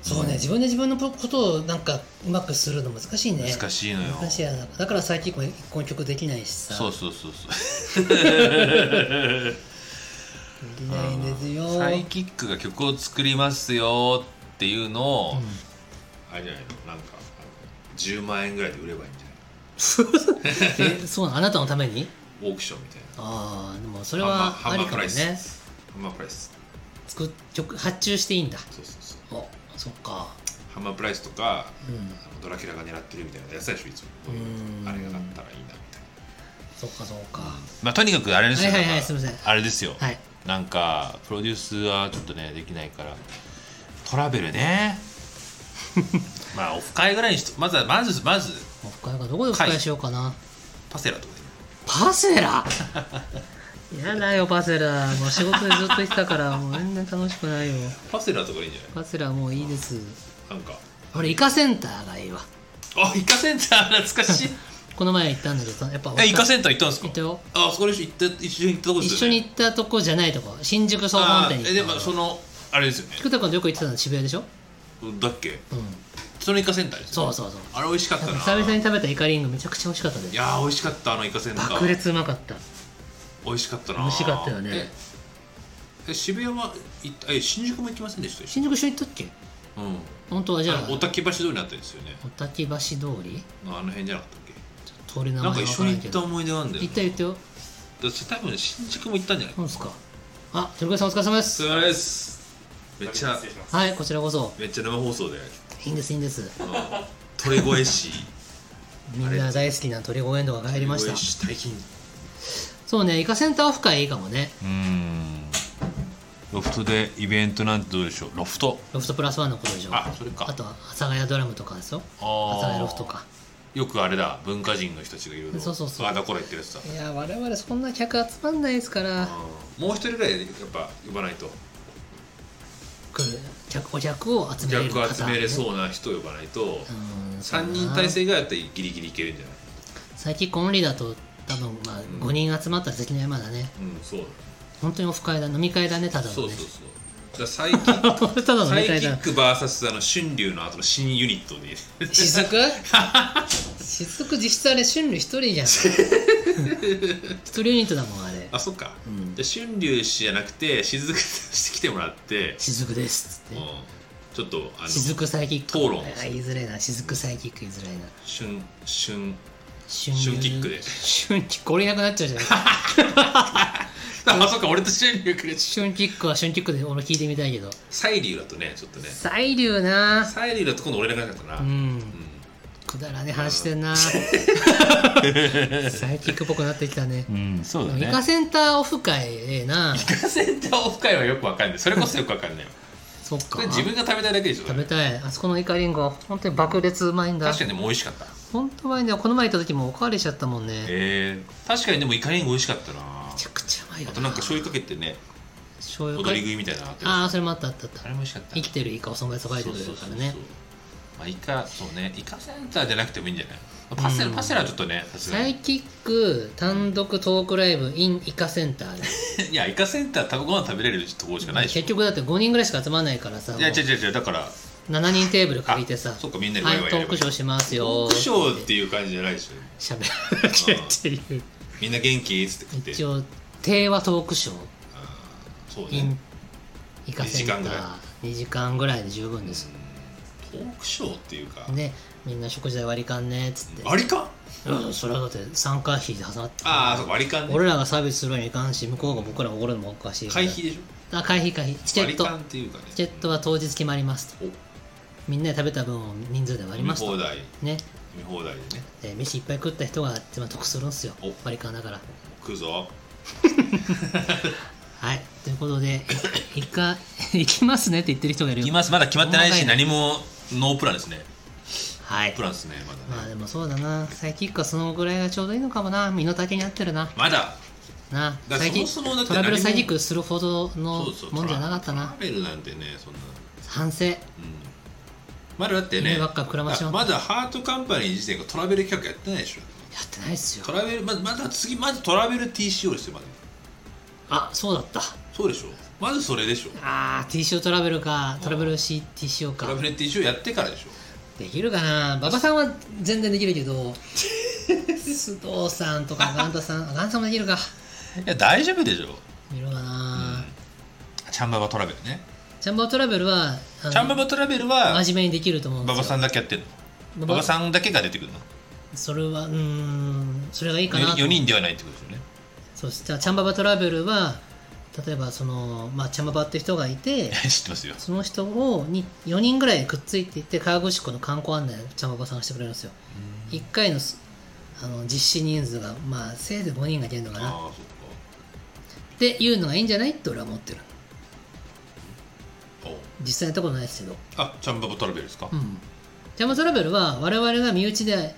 Speaker 3: そうね、自分で自分のことをなんかうまくするの難しいね。
Speaker 2: 難しいのよ
Speaker 3: 難しいよだから最近これ一個の曲できないしさ。
Speaker 2: そうそうそう そう
Speaker 3: できないんですよ。
Speaker 2: サイキックが曲を作りますよっていうのを、
Speaker 3: うん
Speaker 2: あれじゃないのなんか10万円ぐらいで売ればいいんじゃ
Speaker 3: えそうなのあなたのために
Speaker 2: ないオークションみたいな
Speaker 3: ああ、でもそ
Speaker 2: そ
Speaker 3: れはありかもね。
Speaker 2: ハンマープライス
Speaker 3: 作っ曲発注していいんだ。
Speaker 2: そうそうそう
Speaker 3: おそっか。
Speaker 2: ハンマープライスとか
Speaker 3: うん。
Speaker 2: あのドラキュラが狙ってるみたいなやつでしょいつもこういう
Speaker 3: うん
Speaker 2: のあれがなったらいいなみたいな
Speaker 3: そっかそっか。
Speaker 2: まあとにかくあれですよ、
Speaker 3: はいはいは
Speaker 2: だか
Speaker 3: い
Speaker 2: ら
Speaker 3: すいません
Speaker 2: あれですよ、
Speaker 3: はい。
Speaker 2: なんかプロデュースはちょっとねできないからトラベルね まあオフ会ぐらいにしとまずはまずまず
Speaker 3: オフ会がどこでオフ会しようかな。
Speaker 2: パセラとか
Speaker 3: パセラ やだよパセラもう仕事でずっと行ってたからもう全然楽しくないよ
Speaker 2: パセラとかでいいんじゃ
Speaker 3: パセラもういいです
Speaker 2: ないなんか
Speaker 3: 俺イカセンターがいいわ
Speaker 2: あイカセンター懐かし い
Speaker 3: この前行ったんだけどやっぱ
Speaker 2: えイカ
Speaker 3: ン
Speaker 2: センター行ったんです
Speaker 3: 行
Speaker 2: か
Speaker 3: ったよ
Speaker 2: あそこで一緒行った一緒に行ったとこです
Speaker 3: 一
Speaker 2: よ
Speaker 3: 緒
Speaker 2: ね
Speaker 3: に行ったとこじゃないとこ新宿総本店に
Speaker 2: あーえで
Speaker 3: 行っ
Speaker 2: も
Speaker 3: た
Speaker 2: そのあれですよね
Speaker 3: 菊田君とよく行ってたの渋谷でしょ
Speaker 2: だっけ
Speaker 3: うん
Speaker 2: そのイカセンターですよ
Speaker 3: そ
Speaker 2: ね
Speaker 3: うそうそう
Speaker 2: あれ美味しかった
Speaker 3: やっ
Speaker 2: な
Speaker 3: ぱ久々に食べたイカリングめちゃくちゃ美味しかった
Speaker 2: い
Speaker 3: で
Speaker 2: やー美味しかったあのイカセンター
Speaker 3: 爆裂うまかった
Speaker 2: 美味しかったな
Speaker 3: 美味しかったよね
Speaker 2: ええ渋谷は行ったえ新宿も行きませんでした
Speaker 3: 新宿一緒に行ったっけ
Speaker 2: うん
Speaker 3: 本当はじゃ
Speaker 2: あ
Speaker 3: あ
Speaker 2: のおたき橋通りになったんですよね
Speaker 3: おたき橋通り
Speaker 2: あの辺じゃなかったっ
Speaker 3: 通
Speaker 2: け
Speaker 3: り名前
Speaker 2: なん
Speaker 3: わ
Speaker 2: か
Speaker 3: から
Speaker 2: 一緒に
Speaker 3: ない
Speaker 2: 行
Speaker 3: け
Speaker 2: った
Speaker 3: ど
Speaker 2: 思い出があるんだよ
Speaker 3: 行った行ったよ
Speaker 2: だって多分新宿も行ったんじゃない
Speaker 3: なんですかあ鳥越さんお疲れ様です
Speaker 2: すれですめっちゃ
Speaker 3: はい、こちらこそ。
Speaker 2: めっちゃ生放送で
Speaker 3: いいんです、いいんです。
Speaker 2: あの鳥越市
Speaker 3: みんな大好きな鳥越エンドが帰りました
Speaker 2: 鳥越。市大金
Speaker 3: そうね、イカセンターオフ会いいかもね。
Speaker 2: うんロフトでイベントなんてどうでしょうロフト
Speaker 3: ロフトプラスワンのことでしょ。
Speaker 2: あそれか
Speaker 3: あとは、阿佐ヶ谷ドラムとかですよ。阿
Speaker 2: あ
Speaker 3: 佐ヶ谷
Speaker 2: あ
Speaker 3: ロフトか。
Speaker 2: よくあれだ文化人の人たちがいろいろ
Speaker 3: そうそうそう
Speaker 2: あだこら言ってるやつだ
Speaker 3: いや、我々そんな客集まんないですから。
Speaker 2: うんもう一人ぐらいやっぱ呼ばないと
Speaker 3: 来る客、お客を集めれる
Speaker 2: 逆
Speaker 3: 方、
Speaker 2: 集めれ
Speaker 3: う。
Speaker 2: そうな人呼ばないと
Speaker 3: ん、
Speaker 2: 3人体。制ぐらいだったらギリギリいけるんじゃない
Speaker 3: 最近コンリだと、多分、まあ、五人集まったら関の山だね。
Speaker 2: うんそう
Speaker 3: 本当にオフ会だ、飲み会だね、ただのね。
Speaker 2: そうそうそうだからサイキッ
Speaker 3: ただの飲
Speaker 2: サイ
Speaker 3: み
Speaker 2: キ
Speaker 3: 会だ
Speaker 2: ッ。ク VS あの春龍の後の新ユニットで
Speaker 3: 雫雫実質あれ春類一 人じゃん一人ユニットだもんあれ
Speaker 2: あそっか、
Speaker 3: うん
Speaker 2: じゃあ春龍氏じゃなくて雫として来てもらって、
Speaker 3: 雫ですっ
Speaker 2: う
Speaker 3: つっ
Speaker 2: ん
Speaker 3: て
Speaker 2: ちょっとあの
Speaker 3: 雫サイキック
Speaker 2: 討論を
Speaker 3: あ言いづらいな雫サイキック言いづらいな
Speaker 2: 春春
Speaker 3: 春
Speaker 2: 春キックで
Speaker 3: 春キック俺いなくなっち ゃうじゃん
Speaker 2: あそっか俺と春龍くれ
Speaker 3: 春キックは春キックで俺聞いてみたいけど
Speaker 2: サイリュウだとねちょっとね
Speaker 3: サイリュウな
Speaker 2: サイリュウだと今度俺らがなかったな、
Speaker 3: う
Speaker 2: うん
Speaker 3: んくだらねえ話してんなサイキックっぽくなってきたね
Speaker 2: うん、そう
Speaker 3: イカセンターオフ会え えな
Speaker 2: センターオフ会はよくわかんないそれこそよくわかんないわ
Speaker 3: そっ
Speaker 2: こ
Speaker 3: か
Speaker 2: れ自分が食べたいだけでしょ
Speaker 3: 食べたいあそこのイカリンゴ本当に爆裂うまいんだ
Speaker 2: 確かにでも美味しかった
Speaker 3: 本当うまいんだよこの前行った時もおかわりしちゃったもんねめ
Speaker 2: えー、確かにでもイカリンゴ美味しかったな
Speaker 3: ちゃくちゃうまいよ
Speaker 2: あとなんか醤油かけてね
Speaker 3: 醤
Speaker 2: 踊
Speaker 3: 油か
Speaker 2: り食いみたいなのあって
Speaker 3: ああそれもあったあったあっ
Speaker 2: あ
Speaker 3: た
Speaker 2: れも美味しかった
Speaker 3: 生きてるイカをその場でさばいて
Speaker 2: そう
Speaker 3: くれ
Speaker 2: そう
Speaker 3: る
Speaker 2: そ
Speaker 3: か
Speaker 2: う
Speaker 3: らね
Speaker 2: まあイカそうねイカセンターじゃなくてもいいんじゃないパセラ、
Speaker 3: うん
Speaker 2: パセラはちょっとねさすが
Speaker 3: サイ
Speaker 2: に
Speaker 3: キック単独トークライブ in イカセンターで
Speaker 2: いやイカセンター食べご飯食べれるところしかないでし
Speaker 3: 結局だって5人ぐらいしか集まらないからさ
Speaker 2: ょいや違う
Speaker 3: も
Speaker 2: 違う違うだから
Speaker 3: う7人テーブル借りてさ
Speaker 2: あそっかみんなで
Speaker 3: は
Speaker 2: ワ
Speaker 3: い
Speaker 2: イワイ
Speaker 3: ト
Speaker 2: やれ
Speaker 3: ー
Speaker 2: ばいい
Speaker 3: クショーしますよ
Speaker 2: トークショーっていう感じじゃないでしょ
Speaker 3: しゃべるっていう
Speaker 2: みんな元気っつって食って
Speaker 3: 一応低和トークショー
Speaker 2: そう
Speaker 3: in
Speaker 2: ね
Speaker 3: イカセンタ
Speaker 2: 二時間ぐらい
Speaker 3: ー2時間ぐらいで十分です
Speaker 2: トークショーっていうか、
Speaker 3: でみんな食事代割り勘ねっつって
Speaker 2: 割り勘
Speaker 3: うん、それはだって参加費で挟まって
Speaker 2: ああそう割り勘ね
Speaker 3: 俺らがサービスするにいかんし向こうが僕らがおごるのもおかしいから
Speaker 2: 会費でしょ
Speaker 3: あ会費会費チケット
Speaker 2: 割り勘っていうかね
Speaker 3: チケットは当日決まりますと
Speaker 2: お
Speaker 3: みんなで食べた分を人数で割り
Speaker 2: 見
Speaker 3: ますと
Speaker 2: 放題
Speaker 3: ね
Speaker 2: 見放題でね
Speaker 3: で飯いっぱい食った人が一番得するんですよ
Speaker 2: お
Speaker 3: 割り勘だから
Speaker 2: 食うぞ
Speaker 3: はいということで いか 行きますねって言ってる人がいる
Speaker 2: いますまだ決まってないし
Speaker 3: 細か
Speaker 2: 何もノープランですね
Speaker 3: はい
Speaker 2: プランですねまだね
Speaker 3: まあでもそうだなサイキックはそのぐらいがちょうどいいのかもな身の丈に合ってるな
Speaker 2: まだ
Speaker 3: な
Speaker 2: だから
Speaker 3: 最近
Speaker 2: そもそもだって
Speaker 3: ト
Speaker 2: 何
Speaker 3: ラ
Speaker 2: も
Speaker 3: ベルサイキックするほどの
Speaker 2: そうそう
Speaker 3: もんじゃなかったな
Speaker 2: トラベルなんてねそんな
Speaker 3: 反省
Speaker 2: うんまだだってね
Speaker 3: 夢ばっか膨らましちゃう
Speaker 2: まだハートカンパニー自体がトラベル企画やってないでしょ
Speaker 3: やってないっすよ
Speaker 2: トラベルままだ次まずトラベル TCO ですよまだ
Speaker 3: あそうだった
Speaker 2: そうでしょまずそれでしょ
Speaker 3: あー TCO トラベルかトラベル CTCO
Speaker 2: ト
Speaker 3: か
Speaker 2: ラベルって一応やってからでしょ
Speaker 3: できるかな馬場さんは全然できるけど須藤さんとかガンタさんあガンタさんもできるか
Speaker 2: いや大丈夫でしょ
Speaker 3: いるかな、
Speaker 2: チャンババトラベルね
Speaker 3: チャンバートラベルはあの
Speaker 2: チャンババトラベルは
Speaker 3: 真面目にできると思うんで
Speaker 2: 馬
Speaker 3: す
Speaker 2: 場
Speaker 3: よ
Speaker 2: さんだけやってんの
Speaker 3: 馬場
Speaker 2: 馬場さんだけが出てくるの
Speaker 3: それはうーんそれがいいかなと
Speaker 2: 4人ではないってことですよね
Speaker 3: そうしたらチャンババトラベルは例えばその、まあ、チャンババって人がいて
Speaker 2: 知ってますよ
Speaker 3: その人をに4人ぐらいくっついていって河口湖の観光案内をチャンババさんがしてくれるんですよ1回のすあの実施人数がまあせいぜい5人が出るのかなっ
Speaker 2: ああそって
Speaker 3: いうのがいいんじゃないって俺は思ってる
Speaker 2: っかおう
Speaker 3: 実際やったことないですけど
Speaker 2: あチャンババトラベルですか
Speaker 3: うんチャンバトラベルは我々が身内で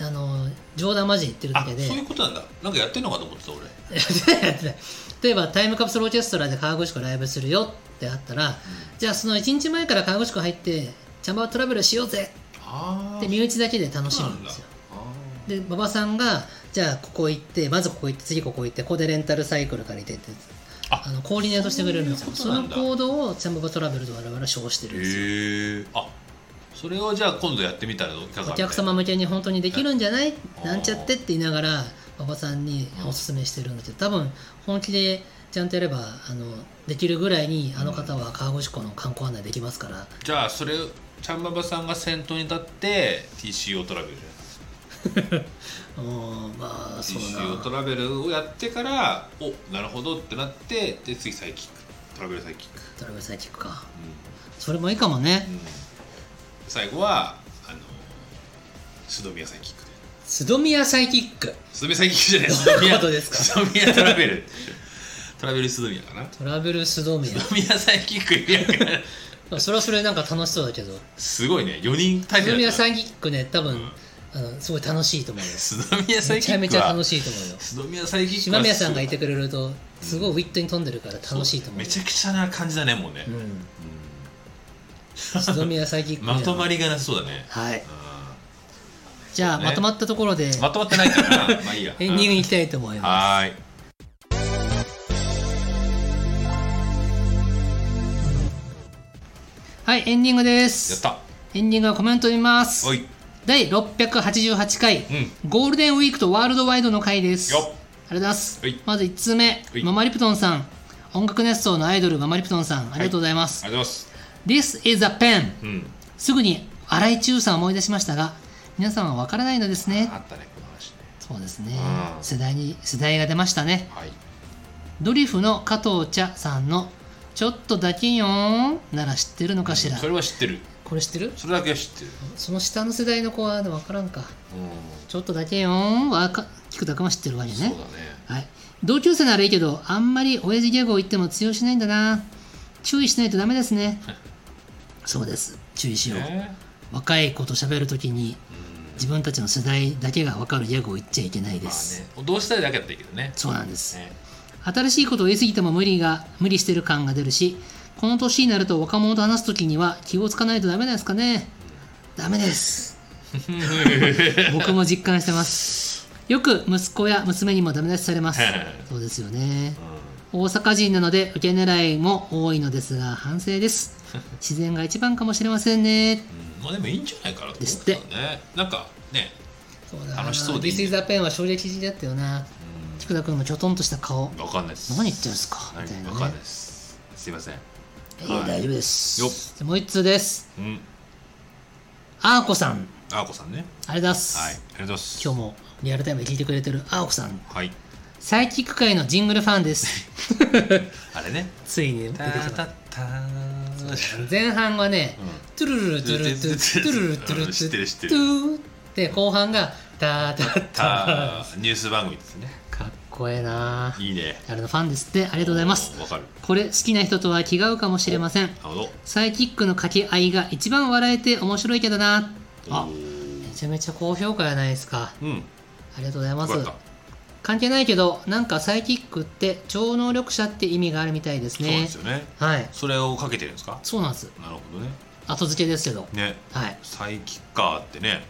Speaker 3: あの冗談交じり言ってるだ
Speaker 2: あ
Speaker 3: けで
Speaker 2: そういうことなんだなんかやってんのかと思ってた俺
Speaker 3: 例えばタイムカプセルオーケストラで河口湖ライブするよってあったら、じゃあその1日前から河口湖入ってチャンバートラベルしようぜ
Speaker 2: あ
Speaker 3: っ
Speaker 2: あ
Speaker 3: て身内だけで楽し
Speaker 2: そう
Speaker 3: む
Speaker 2: なん
Speaker 3: んで
Speaker 2: だ
Speaker 3: すよ
Speaker 2: あ
Speaker 3: で馬場さんがじゃあここ行ってまずここ行って次ここ行ってここでレンタルサイクル借りてって
Speaker 2: あ
Speaker 3: あのコーディネートしてくれるんですよ
Speaker 2: そう
Speaker 3: そ
Speaker 2: いう
Speaker 3: の
Speaker 2: ことなんだ
Speaker 3: 行動をチャンバートラベルと我々は称してるんですよ
Speaker 2: ーへえあそれをじゃあ今度やってみたらどういかがみたいな
Speaker 3: お客様向けに本当にできるんじゃない
Speaker 2: あー
Speaker 3: なんちゃってって言いながら馬場さんにおすすめしてるんだけど多分本気でちゃんとやればあのできるぐらいにあの方は川越湖の観光案内できますから
Speaker 2: じゃあそれチャンババさんが先頭に立って TCO トラベルじゃないですか
Speaker 3: うーんまあそうだ
Speaker 2: TCO ト
Speaker 3: な
Speaker 2: ラベルをやってからおなるほどってなってで次サイキックトラベルサイキック、
Speaker 3: トラベルサイキックか
Speaker 2: う
Speaker 3: それもいいかもね
Speaker 2: んうん最後はあの須戸宮サイキックで
Speaker 3: 須戸宮サイキック
Speaker 2: 須戸宮サイキックじゃな い
Speaker 3: どういう
Speaker 2: 須
Speaker 3: こ
Speaker 2: 戸
Speaker 3: と
Speaker 2: 宮
Speaker 3: で
Speaker 2: 須戸宮
Speaker 3: すか
Speaker 2: トラベルトラベル須戸宮かな
Speaker 3: トラベル須戸宮
Speaker 2: 須戸宮サイキックいや
Speaker 3: まあそれはそれなんか楽しそうだけど
Speaker 2: すごいね4人体制
Speaker 3: 須戸
Speaker 2: だ
Speaker 3: 宮
Speaker 2: った
Speaker 3: サ
Speaker 2: な
Speaker 3: イキックね多分、あのすごい楽しいと思うよ
Speaker 2: 須戸宮サイ
Speaker 3: め
Speaker 2: キ
Speaker 3: ちゃめ
Speaker 2: ック
Speaker 3: ちゃ
Speaker 2: は
Speaker 3: 楽しいと思うよ
Speaker 2: 須戸宮サイキックは
Speaker 3: 島宮さんがいてくれるとすごいウィットに富んでるから楽しいと思う
Speaker 2: めちゃくちゃな感じだねもうね、
Speaker 3: うん須戸宮サイキック
Speaker 2: まとまりがなさそうだね、
Speaker 3: は
Speaker 2: う
Speaker 3: い
Speaker 2: ん
Speaker 3: じゃあ、
Speaker 2: ね
Speaker 3: まとまったところで
Speaker 2: まとまってないから なまあいいや
Speaker 3: エンディングに行きたいと思います
Speaker 2: はーい
Speaker 3: はいエンディングで
Speaker 2: やっ
Speaker 3: す
Speaker 2: た
Speaker 3: エンディングはコメント見ます
Speaker 2: おい
Speaker 3: 第688回、
Speaker 2: う
Speaker 3: ゴールデンウィークとワールドワイドの回です
Speaker 2: よっ
Speaker 3: ありがとうございます
Speaker 2: はい
Speaker 3: まず1通目
Speaker 2: はい
Speaker 3: ママリプトンさん音楽熱唱のアイドルママリプトンさんありがとうございます、
Speaker 2: ありがとうございます
Speaker 3: This is a pen
Speaker 2: うん
Speaker 3: すぐに荒井中さんを思い出しましたが皆さんは分からないのですね
Speaker 2: あったねこの話ね
Speaker 3: そうですね
Speaker 2: うん
Speaker 3: 世代に世代が出ましたね
Speaker 2: はい
Speaker 3: ドリフの加藤茶さんの「ちょっとだけよーん」なら知ってるのかしら、
Speaker 2: それは知ってる
Speaker 3: これ知ってる
Speaker 2: それだけは知ってる
Speaker 3: その下の世代の子は分からんか「
Speaker 2: う
Speaker 3: ちょっとだけよーん」はか菊田君は知ってるわけ
Speaker 2: ん
Speaker 3: ね
Speaker 2: そうだね
Speaker 3: はい、同級生ならいいけどあんまり親父ギャグを言っても通用しないんだな注意しないとダメですねそうです注意しよう、
Speaker 2: ね
Speaker 3: 若い子と喋るときに
Speaker 2: うん
Speaker 3: 自分たちの世代だけが分かるギャグを言っちゃいけないで、
Speaker 2: ますあね同世代だけだったらいいけどね
Speaker 3: そうなんです
Speaker 2: ね
Speaker 3: 新しいことを言い過ぎても無理が無理してる感が出るしこの年になると若者と話す時には気をつかないとダメなんですかねダメです 僕も実感してますよく息子や娘にもダメ出しされますそうですよね大阪人なので受け狙いも多いのですが反省です 自然が一番かもしれませんね
Speaker 2: うんまあでもいいんじゃないかなと思
Speaker 3: です
Speaker 2: う
Speaker 3: っ
Speaker 2: け
Speaker 3: て
Speaker 2: どねなんかね
Speaker 3: そうだ
Speaker 2: な楽しそうでいい
Speaker 3: This is a pen は衝撃的だったよな菊田君のきょとんとした顔
Speaker 2: わかんないです
Speaker 3: 何言ってるんですかみたい
Speaker 2: 何
Speaker 3: な
Speaker 2: わ
Speaker 3: ね
Speaker 2: かんないですすいません
Speaker 3: いや大丈夫です
Speaker 2: よっ
Speaker 3: じゃあもう一通です
Speaker 2: うん
Speaker 3: あーこさん
Speaker 2: あーこさんね
Speaker 3: ありがとうございます、
Speaker 2: はいありがとうございます
Speaker 3: 今日もリアルタイムで聞いてくれてる青子さん
Speaker 2: はい
Speaker 3: サイキック界のジングルファンです
Speaker 2: あれね
Speaker 3: ついに出てき
Speaker 2: た
Speaker 3: ました
Speaker 2: たたー
Speaker 3: 前半はね、
Speaker 2: うん
Speaker 3: トゥルルルトゥルルトゥルトゥルルトゥル
Speaker 2: うん
Speaker 3: ル
Speaker 2: 知ってる知ってる
Speaker 3: トゥーで後半がタタ
Speaker 2: た
Speaker 3: タ
Speaker 2: ーニュース番組ですね
Speaker 3: かっこええない
Speaker 2: いね
Speaker 3: あれのファンですってありがとうございます
Speaker 2: わかる
Speaker 3: これ好きな人とは気が合うかもしれませ
Speaker 2: な
Speaker 3: ん
Speaker 2: るほど
Speaker 3: サイキックの掛け合いが一番笑えて面白いけどなあ
Speaker 2: おー
Speaker 3: めちゃめちゃ高評価じゃないですか
Speaker 2: うんよ
Speaker 3: ありがとうございます
Speaker 2: かった
Speaker 3: 関係ないけどなんかサイキックって超能力者って意味があるみたいです
Speaker 2: そうなん
Speaker 3: ね
Speaker 2: ですよね
Speaker 3: はい
Speaker 2: それをかけてるんですか
Speaker 3: そうなんです
Speaker 2: なるほどね
Speaker 3: 後付けですけど
Speaker 2: ね
Speaker 3: はい
Speaker 2: サイキッカーってね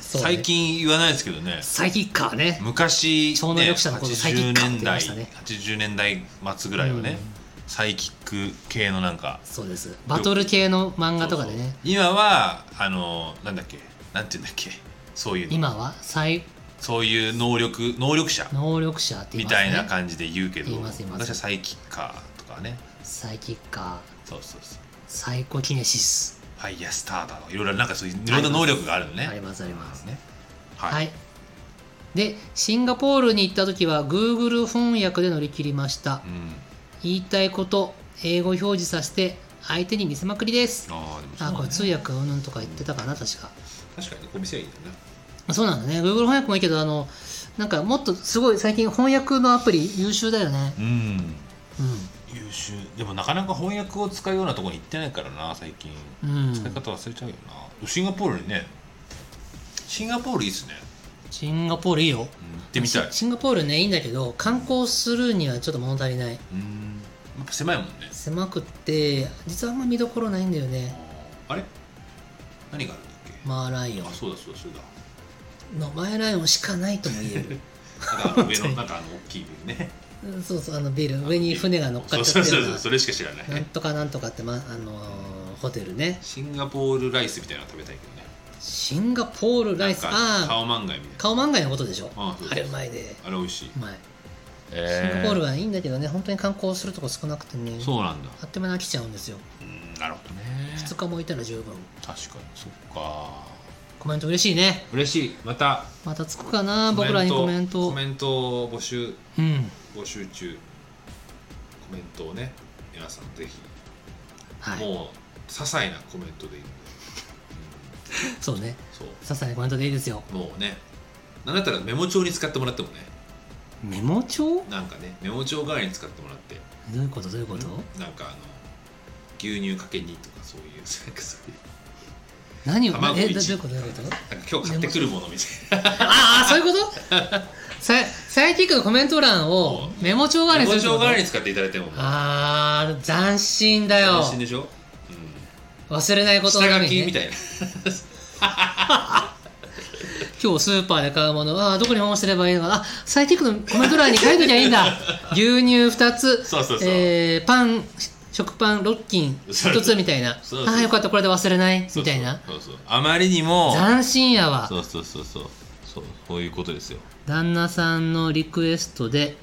Speaker 3: そうね
Speaker 2: 最近言わないですけどね
Speaker 3: サイキッカーね
Speaker 2: 昔、ね、
Speaker 3: 超能力者のことサイキ
Speaker 2: 80
Speaker 3: ッカーって言い
Speaker 2: 年
Speaker 3: ま
Speaker 2: 代
Speaker 3: したね
Speaker 2: 80年代末ぐらいはね、サイキック系のなんか
Speaker 3: そうですバトル系の漫画とかでね
Speaker 2: そうそう今はあのなんだっけなんて言うんだっけそういうの
Speaker 3: 今は最
Speaker 2: そういう能力能力者
Speaker 3: 能力者って言
Speaker 2: み
Speaker 3: います、ね、
Speaker 2: たいな感じで言うけど、
Speaker 3: 言います言います
Speaker 2: 私はサイキッカーとかね
Speaker 3: サイキッカー
Speaker 2: そうそうそう
Speaker 3: サイコキネシス
Speaker 2: ファイヤースターだとかいろいろなんかそういういろんな能力があるのね
Speaker 3: ありますあります
Speaker 2: ね
Speaker 3: はい、
Speaker 2: はい、
Speaker 3: でシンガポールに行った時は Google 翻訳で乗り切りました
Speaker 2: うん
Speaker 3: 言いたいこと英語表示させて相手に見せまくりです
Speaker 2: ああでもそう
Speaker 3: あ
Speaker 2: ね
Speaker 3: これ通訳うんぬんとか言ってたかな確か
Speaker 2: 確かにねこう見せりゃいいんだよね
Speaker 3: そうなんだね Google 翻訳もいいけどあのなんかもっとすごい最近翻訳のアプリ優秀だよね
Speaker 2: うん
Speaker 3: う
Speaker 2: 優秀でもなかなか翻訳を使うようなところに行ってないからな最近
Speaker 3: んうん
Speaker 2: 使い方忘れちゃうよなシンガポールにねシンガポールいいっすね、
Speaker 3: シンガポールいいよ
Speaker 2: うん、行ってみたい
Speaker 3: シシンガポールねいいんだけど観光するにはちょっと物足りない
Speaker 2: うんやっぱ狭いもんね
Speaker 3: 狭くって実はあんま見どころないんだよね
Speaker 2: あれ何があるんだっけ、
Speaker 3: マーライオ
Speaker 2: あそうだそうだそうだ
Speaker 3: ンのマーライオンしかないとも言える
Speaker 2: なん かあの上のなんかあの大きいビルね
Speaker 3: うんそうそうあのビル上に船が乗っかっちゃって
Speaker 2: そうそう
Speaker 3: る
Speaker 2: そうそうそれしか知ら
Speaker 3: な
Speaker 2: なんい
Speaker 3: とかなんとかって、まあのーホテルね
Speaker 2: シンガポールライスみたいなの食べたいけどね
Speaker 3: シンガポールライス
Speaker 2: なんか
Speaker 3: ああ
Speaker 2: 顔漫画みたいな
Speaker 3: 顔漫画のことでしょ
Speaker 2: あ
Speaker 3: あ
Speaker 2: そうそう
Speaker 3: れうまいで
Speaker 2: あれ美味しいう
Speaker 3: まいシ
Speaker 2: シ
Speaker 3: ンガポールはいいんだけどね本当に観光するとこ少なくてね
Speaker 2: そうなんだ
Speaker 3: あっという間に飽きちゃうんですよ
Speaker 2: うんなるほどね
Speaker 3: 2日もいたら十分
Speaker 2: 確かにそっか
Speaker 3: コメント嬉しいね
Speaker 2: 嬉しいまた
Speaker 3: またつくかな僕らにコメント
Speaker 2: コメントを募集
Speaker 3: うん
Speaker 2: 募集中コメントをね皆さんぜひ、
Speaker 3: はい
Speaker 2: もう些細なコメントでいいので
Speaker 3: そうね
Speaker 2: そう
Speaker 3: 些細なコメントでいいですよ
Speaker 2: もうねなんだったらメモ帳に使ってもらってもね
Speaker 3: メモ帳ど
Speaker 2: なんかねメモ帳代わりに使ってもらって
Speaker 3: ういうことどういうこと
Speaker 2: なんかあの牛乳かけにとかそう いうなんかそういう
Speaker 3: 何を
Speaker 2: 卵
Speaker 3: え
Speaker 2: 一
Speaker 3: どどういうことどういうこと
Speaker 2: なんか今日買ってくるものみたいな
Speaker 3: ああそういうこと さサイキックのコメント欄をメモ帳代わり
Speaker 2: メ
Speaker 3: にす
Speaker 2: モ帳
Speaker 3: るってこと
Speaker 2: 代わりに使っていただいても
Speaker 3: あー斬新だよ
Speaker 2: 安心でしょ、うん、
Speaker 3: 忘れないことの
Speaker 2: 下
Speaker 3: た
Speaker 2: 書
Speaker 3: めに
Speaker 2: き
Speaker 3: ね
Speaker 2: みたいな
Speaker 3: 今日スーパーで買うものはあどこに保温すればいいのかなあサイティックのコメント欄に書いときゃい いんだ牛乳2つ
Speaker 2: そうそうそう
Speaker 3: えーパン食パン6斤
Speaker 2: そう
Speaker 3: 1つみたいな
Speaker 2: そうそう
Speaker 3: ああよかったこれで忘れない
Speaker 2: そうそう
Speaker 3: みたいな
Speaker 2: そうそうあまりにも
Speaker 3: 斬新やわ
Speaker 2: そうそうそうそうそうそういうことですよ、
Speaker 3: 旦那さんのリクエストで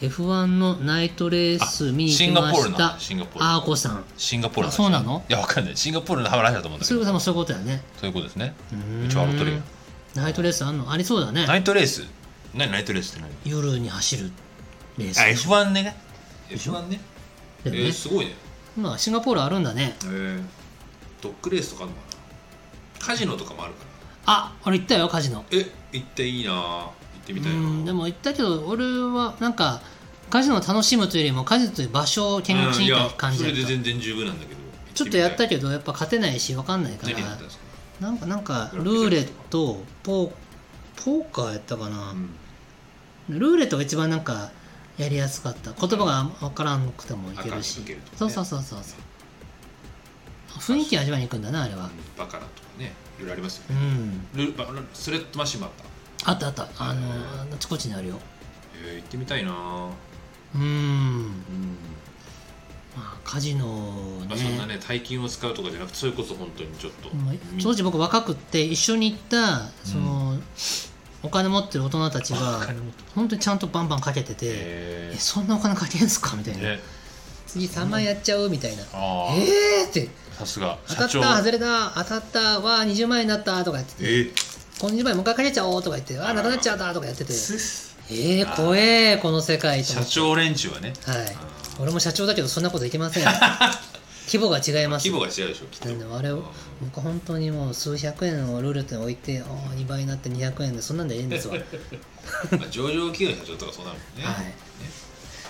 Speaker 2: うん、
Speaker 3: F1 のナイトレース見に行
Speaker 2: シ
Speaker 3: き
Speaker 2: ンガ
Speaker 3: ま
Speaker 2: ポール
Speaker 3: し
Speaker 2: の
Speaker 3: た
Speaker 2: シンガポール
Speaker 3: あーこさん
Speaker 2: シンガポール
Speaker 3: あそうなの
Speaker 2: いやわかんないシンガポールの話だと思うんだけ
Speaker 3: そ
Speaker 2: ど
Speaker 3: れこそもうそういうことだね
Speaker 2: そういうことですね
Speaker 3: ーん
Speaker 2: うちは笑っとるよ
Speaker 3: ナイトレースあんのありそうだね
Speaker 2: ナイトレース何ナイトレースって何
Speaker 3: 夜に走るレース
Speaker 2: あ
Speaker 3: でしょ
Speaker 2: F1 ね F1 ねえ
Speaker 3: だよね
Speaker 2: ー、すごいね
Speaker 3: まあシンガポールあるんだね
Speaker 2: えー、ドッグレースとかあるのかなカジノとかもあるか
Speaker 3: あ俺行ったよカジノ
Speaker 2: らえ行っていいな行ってみたいな
Speaker 3: うんでも行ったけど俺はなんかカジノを楽しむというよりもカジノという場所を見学しに行った感じ
Speaker 2: うん
Speaker 3: だ
Speaker 2: い
Speaker 3: っ
Speaker 2: やそれで
Speaker 3: た
Speaker 2: 全然十分なんだけど
Speaker 3: ちょっとやった
Speaker 2: け
Speaker 3: けどやっぱ勝てないし分かんないか
Speaker 2: 何やったん
Speaker 3: ら
Speaker 2: ですか、
Speaker 3: なんかなんかルーレットポーポーカーやったかな
Speaker 2: う、ん
Speaker 3: ルーレットが一番なんかやりやすかった言葉が分からなくてもいけるし
Speaker 2: 赤く書けるとかね
Speaker 3: そうそうそうそうそう雰囲気味わいに行くんだなあれは
Speaker 2: バカラとかねいろいろありますよ
Speaker 3: う
Speaker 2: ね、
Speaker 3: ん
Speaker 2: ルバスレッドマシンもあった
Speaker 3: あったあったあのあちこちにあるよ
Speaker 2: えー、行ってみたいなぁ
Speaker 3: うん
Speaker 2: うん、
Speaker 3: まあカジノ
Speaker 2: まあ、そんなね大金を使うとかじゃなくてそれこそ本当にちょっと、
Speaker 3: まあ
Speaker 2: み
Speaker 3: 当時僕若くって一緒に行ったその、お金持ってる大人たち
Speaker 2: お
Speaker 3: が
Speaker 2: 金持ってる
Speaker 3: 本当にちゃんとバンバンかけてて、
Speaker 2: え
Speaker 3: えそんなお金かけんすかみたい
Speaker 2: ー、
Speaker 3: な、
Speaker 2: ね
Speaker 3: 次3万やっちゃうみたいな、
Speaker 2: ああ、
Speaker 3: えーって
Speaker 2: さすが
Speaker 3: 当た
Speaker 2: 社
Speaker 3: っ
Speaker 2: 長
Speaker 3: た外れた当たったわー20万円になったとかやってて、
Speaker 2: え
Speaker 3: この20万円もう一回かけちゃおうとか言ってわーなくなっちゃったとかやってて
Speaker 2: ー、
Speaker 3: えー怖えこの世界と
Speaker 2: 社
Speaker 3: 思って
Speaker 2: 長連中はね
Speaker 3: はい
Speaker 2: あ
Speaker 3: 俺も社長だけどそんなこといけ ません規模が違います
Speaker 2: 規模が違うでしょきっと
Speaker 3: なんであれ
Speaker 2: うん
Speaker 3: を僕は本当にもう数百円をルーレットに置いてああ2倍になって200円でそんなんでええんで すわ、はい、
Speaker 2: まあ、上場企業の社長とかそうなるもんね、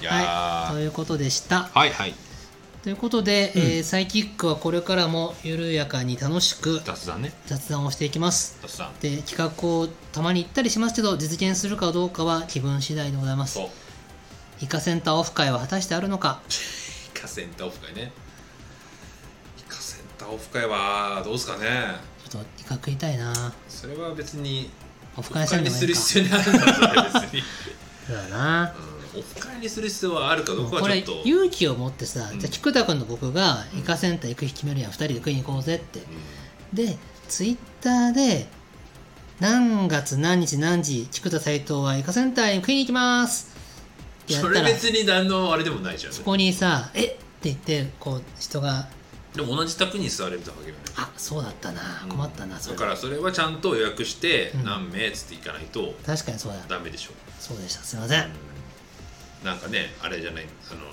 Speaker 2: い、や
Speaker 3: はい、
Speaker 2: ー
Speaker 3: ということでした
Speaker 2: はいはい
Speaker 3: ということで、えーサイキックはこれからも緩やかに楽しく
Speaker 2: 雑談ね
Speaker 3: 雑談をしていきます
Speaker 2: 雑談
Speaker 3: で企画をたまに行ったりしますけど実現するかどうかは気分次第でございます
Speaker 2: そう
Speaker 3: イカセンターオフ会は果たしてあるのか
Speaker 2: イカセンターオフ会ねイカセンターオフ会はどうですかね
Speaker 3: ちょっとイカ食いたいな
Speaker 2: それは別に
Speaker 3: オ
Speaker 2: オ
Speaker 3: フ
Speaker 2: フ
Speaker 3: 会
Speaker 2: 会
Speaker 3: せんで
Speaker 2: に
Speaker 3: もい
Speaker 2: す
Speaker 3: い
Speaker 2: る
Speaker 3: か
Speaker 2: 必要ないんだろうね別に
Speaker 3: そうだな
Speaker 2: うんオフ会にする必要はあるかどうか
Speaker 3: こ
Speaker 2: はちょ
Speaker 3: れ
Speaker 2: っと、
Speaker 3: 勇気を持ってさ、
Speaker 2: うん
Speaker 3: じゃあ菊田君と僕がイカセンター行く日決めるやん2人で食いに行こうぜってでツイッターで何月何日何時菊田斎藤はイカセンターに食いに行きますってやっ
Speaker 2: そ
Speaker 3: た
Speaker 2: れ
Speaker 3: ら
Speaker 2: 別に何のあれでもないじゃん
Speaker 3: そこにさ「えっ!」って言ってこう人が
Speaker 2: でも同じ卓に座れるとは限らない
Speaker 3: 「あそうだったな困ったな、
Speaker 2: うん
Speaker 3: それ
Speaker 2: だからそれはちゃんと予約して
Speaker 3: うん
Speaker 2: 何名っつって行かないと
Speaker 3: 確かにそうだ
Speaker 2: ダメでしょ
Speaker 3: そうでしたすいません、
Speaker 2: なんかねあれじゃないあのね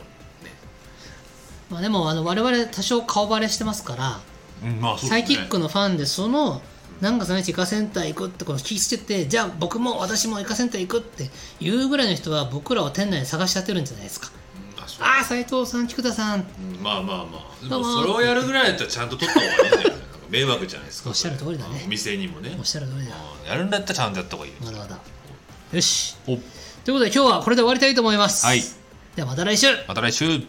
Speaker 3: まあ、でもあの我々多少顔バレしてますから
Speaker 2: うんまあ
Speaker 3: サイキックのファンでその何月何日イカセンター行くってこの聞き捨ててじゃあ僕も私もイカセンター行くっていうぐらいの人は僕らを店内に探し当てるんじゃないですか
Speaker 2: うんあそう
Speaker 3: ああ斎藤さん菊田さん
Speaker 2: うんまあまあまあで
Speaker 3: どう
Speaker 2: も
Speaker 3: も
Speaker 2: それをやるぐらいだったらちゃんと取った方がいいんじゃないなんか迷惑じゃないですか
Speaker 3: おっしゃる通りだね
Speaker 2: お店にもね
Speaker 3: おっしゃる通りだ
Speaker 2: うんやるんだったらちゃんとやった方がいい
Speaker 3: まだまだよし
Speaker 2: お
Speaker 3: ということで今日はこれで終わりたいと思います、
Speaker 2: はい
Speaker 3: ではまた来週
Speaker 2: また来週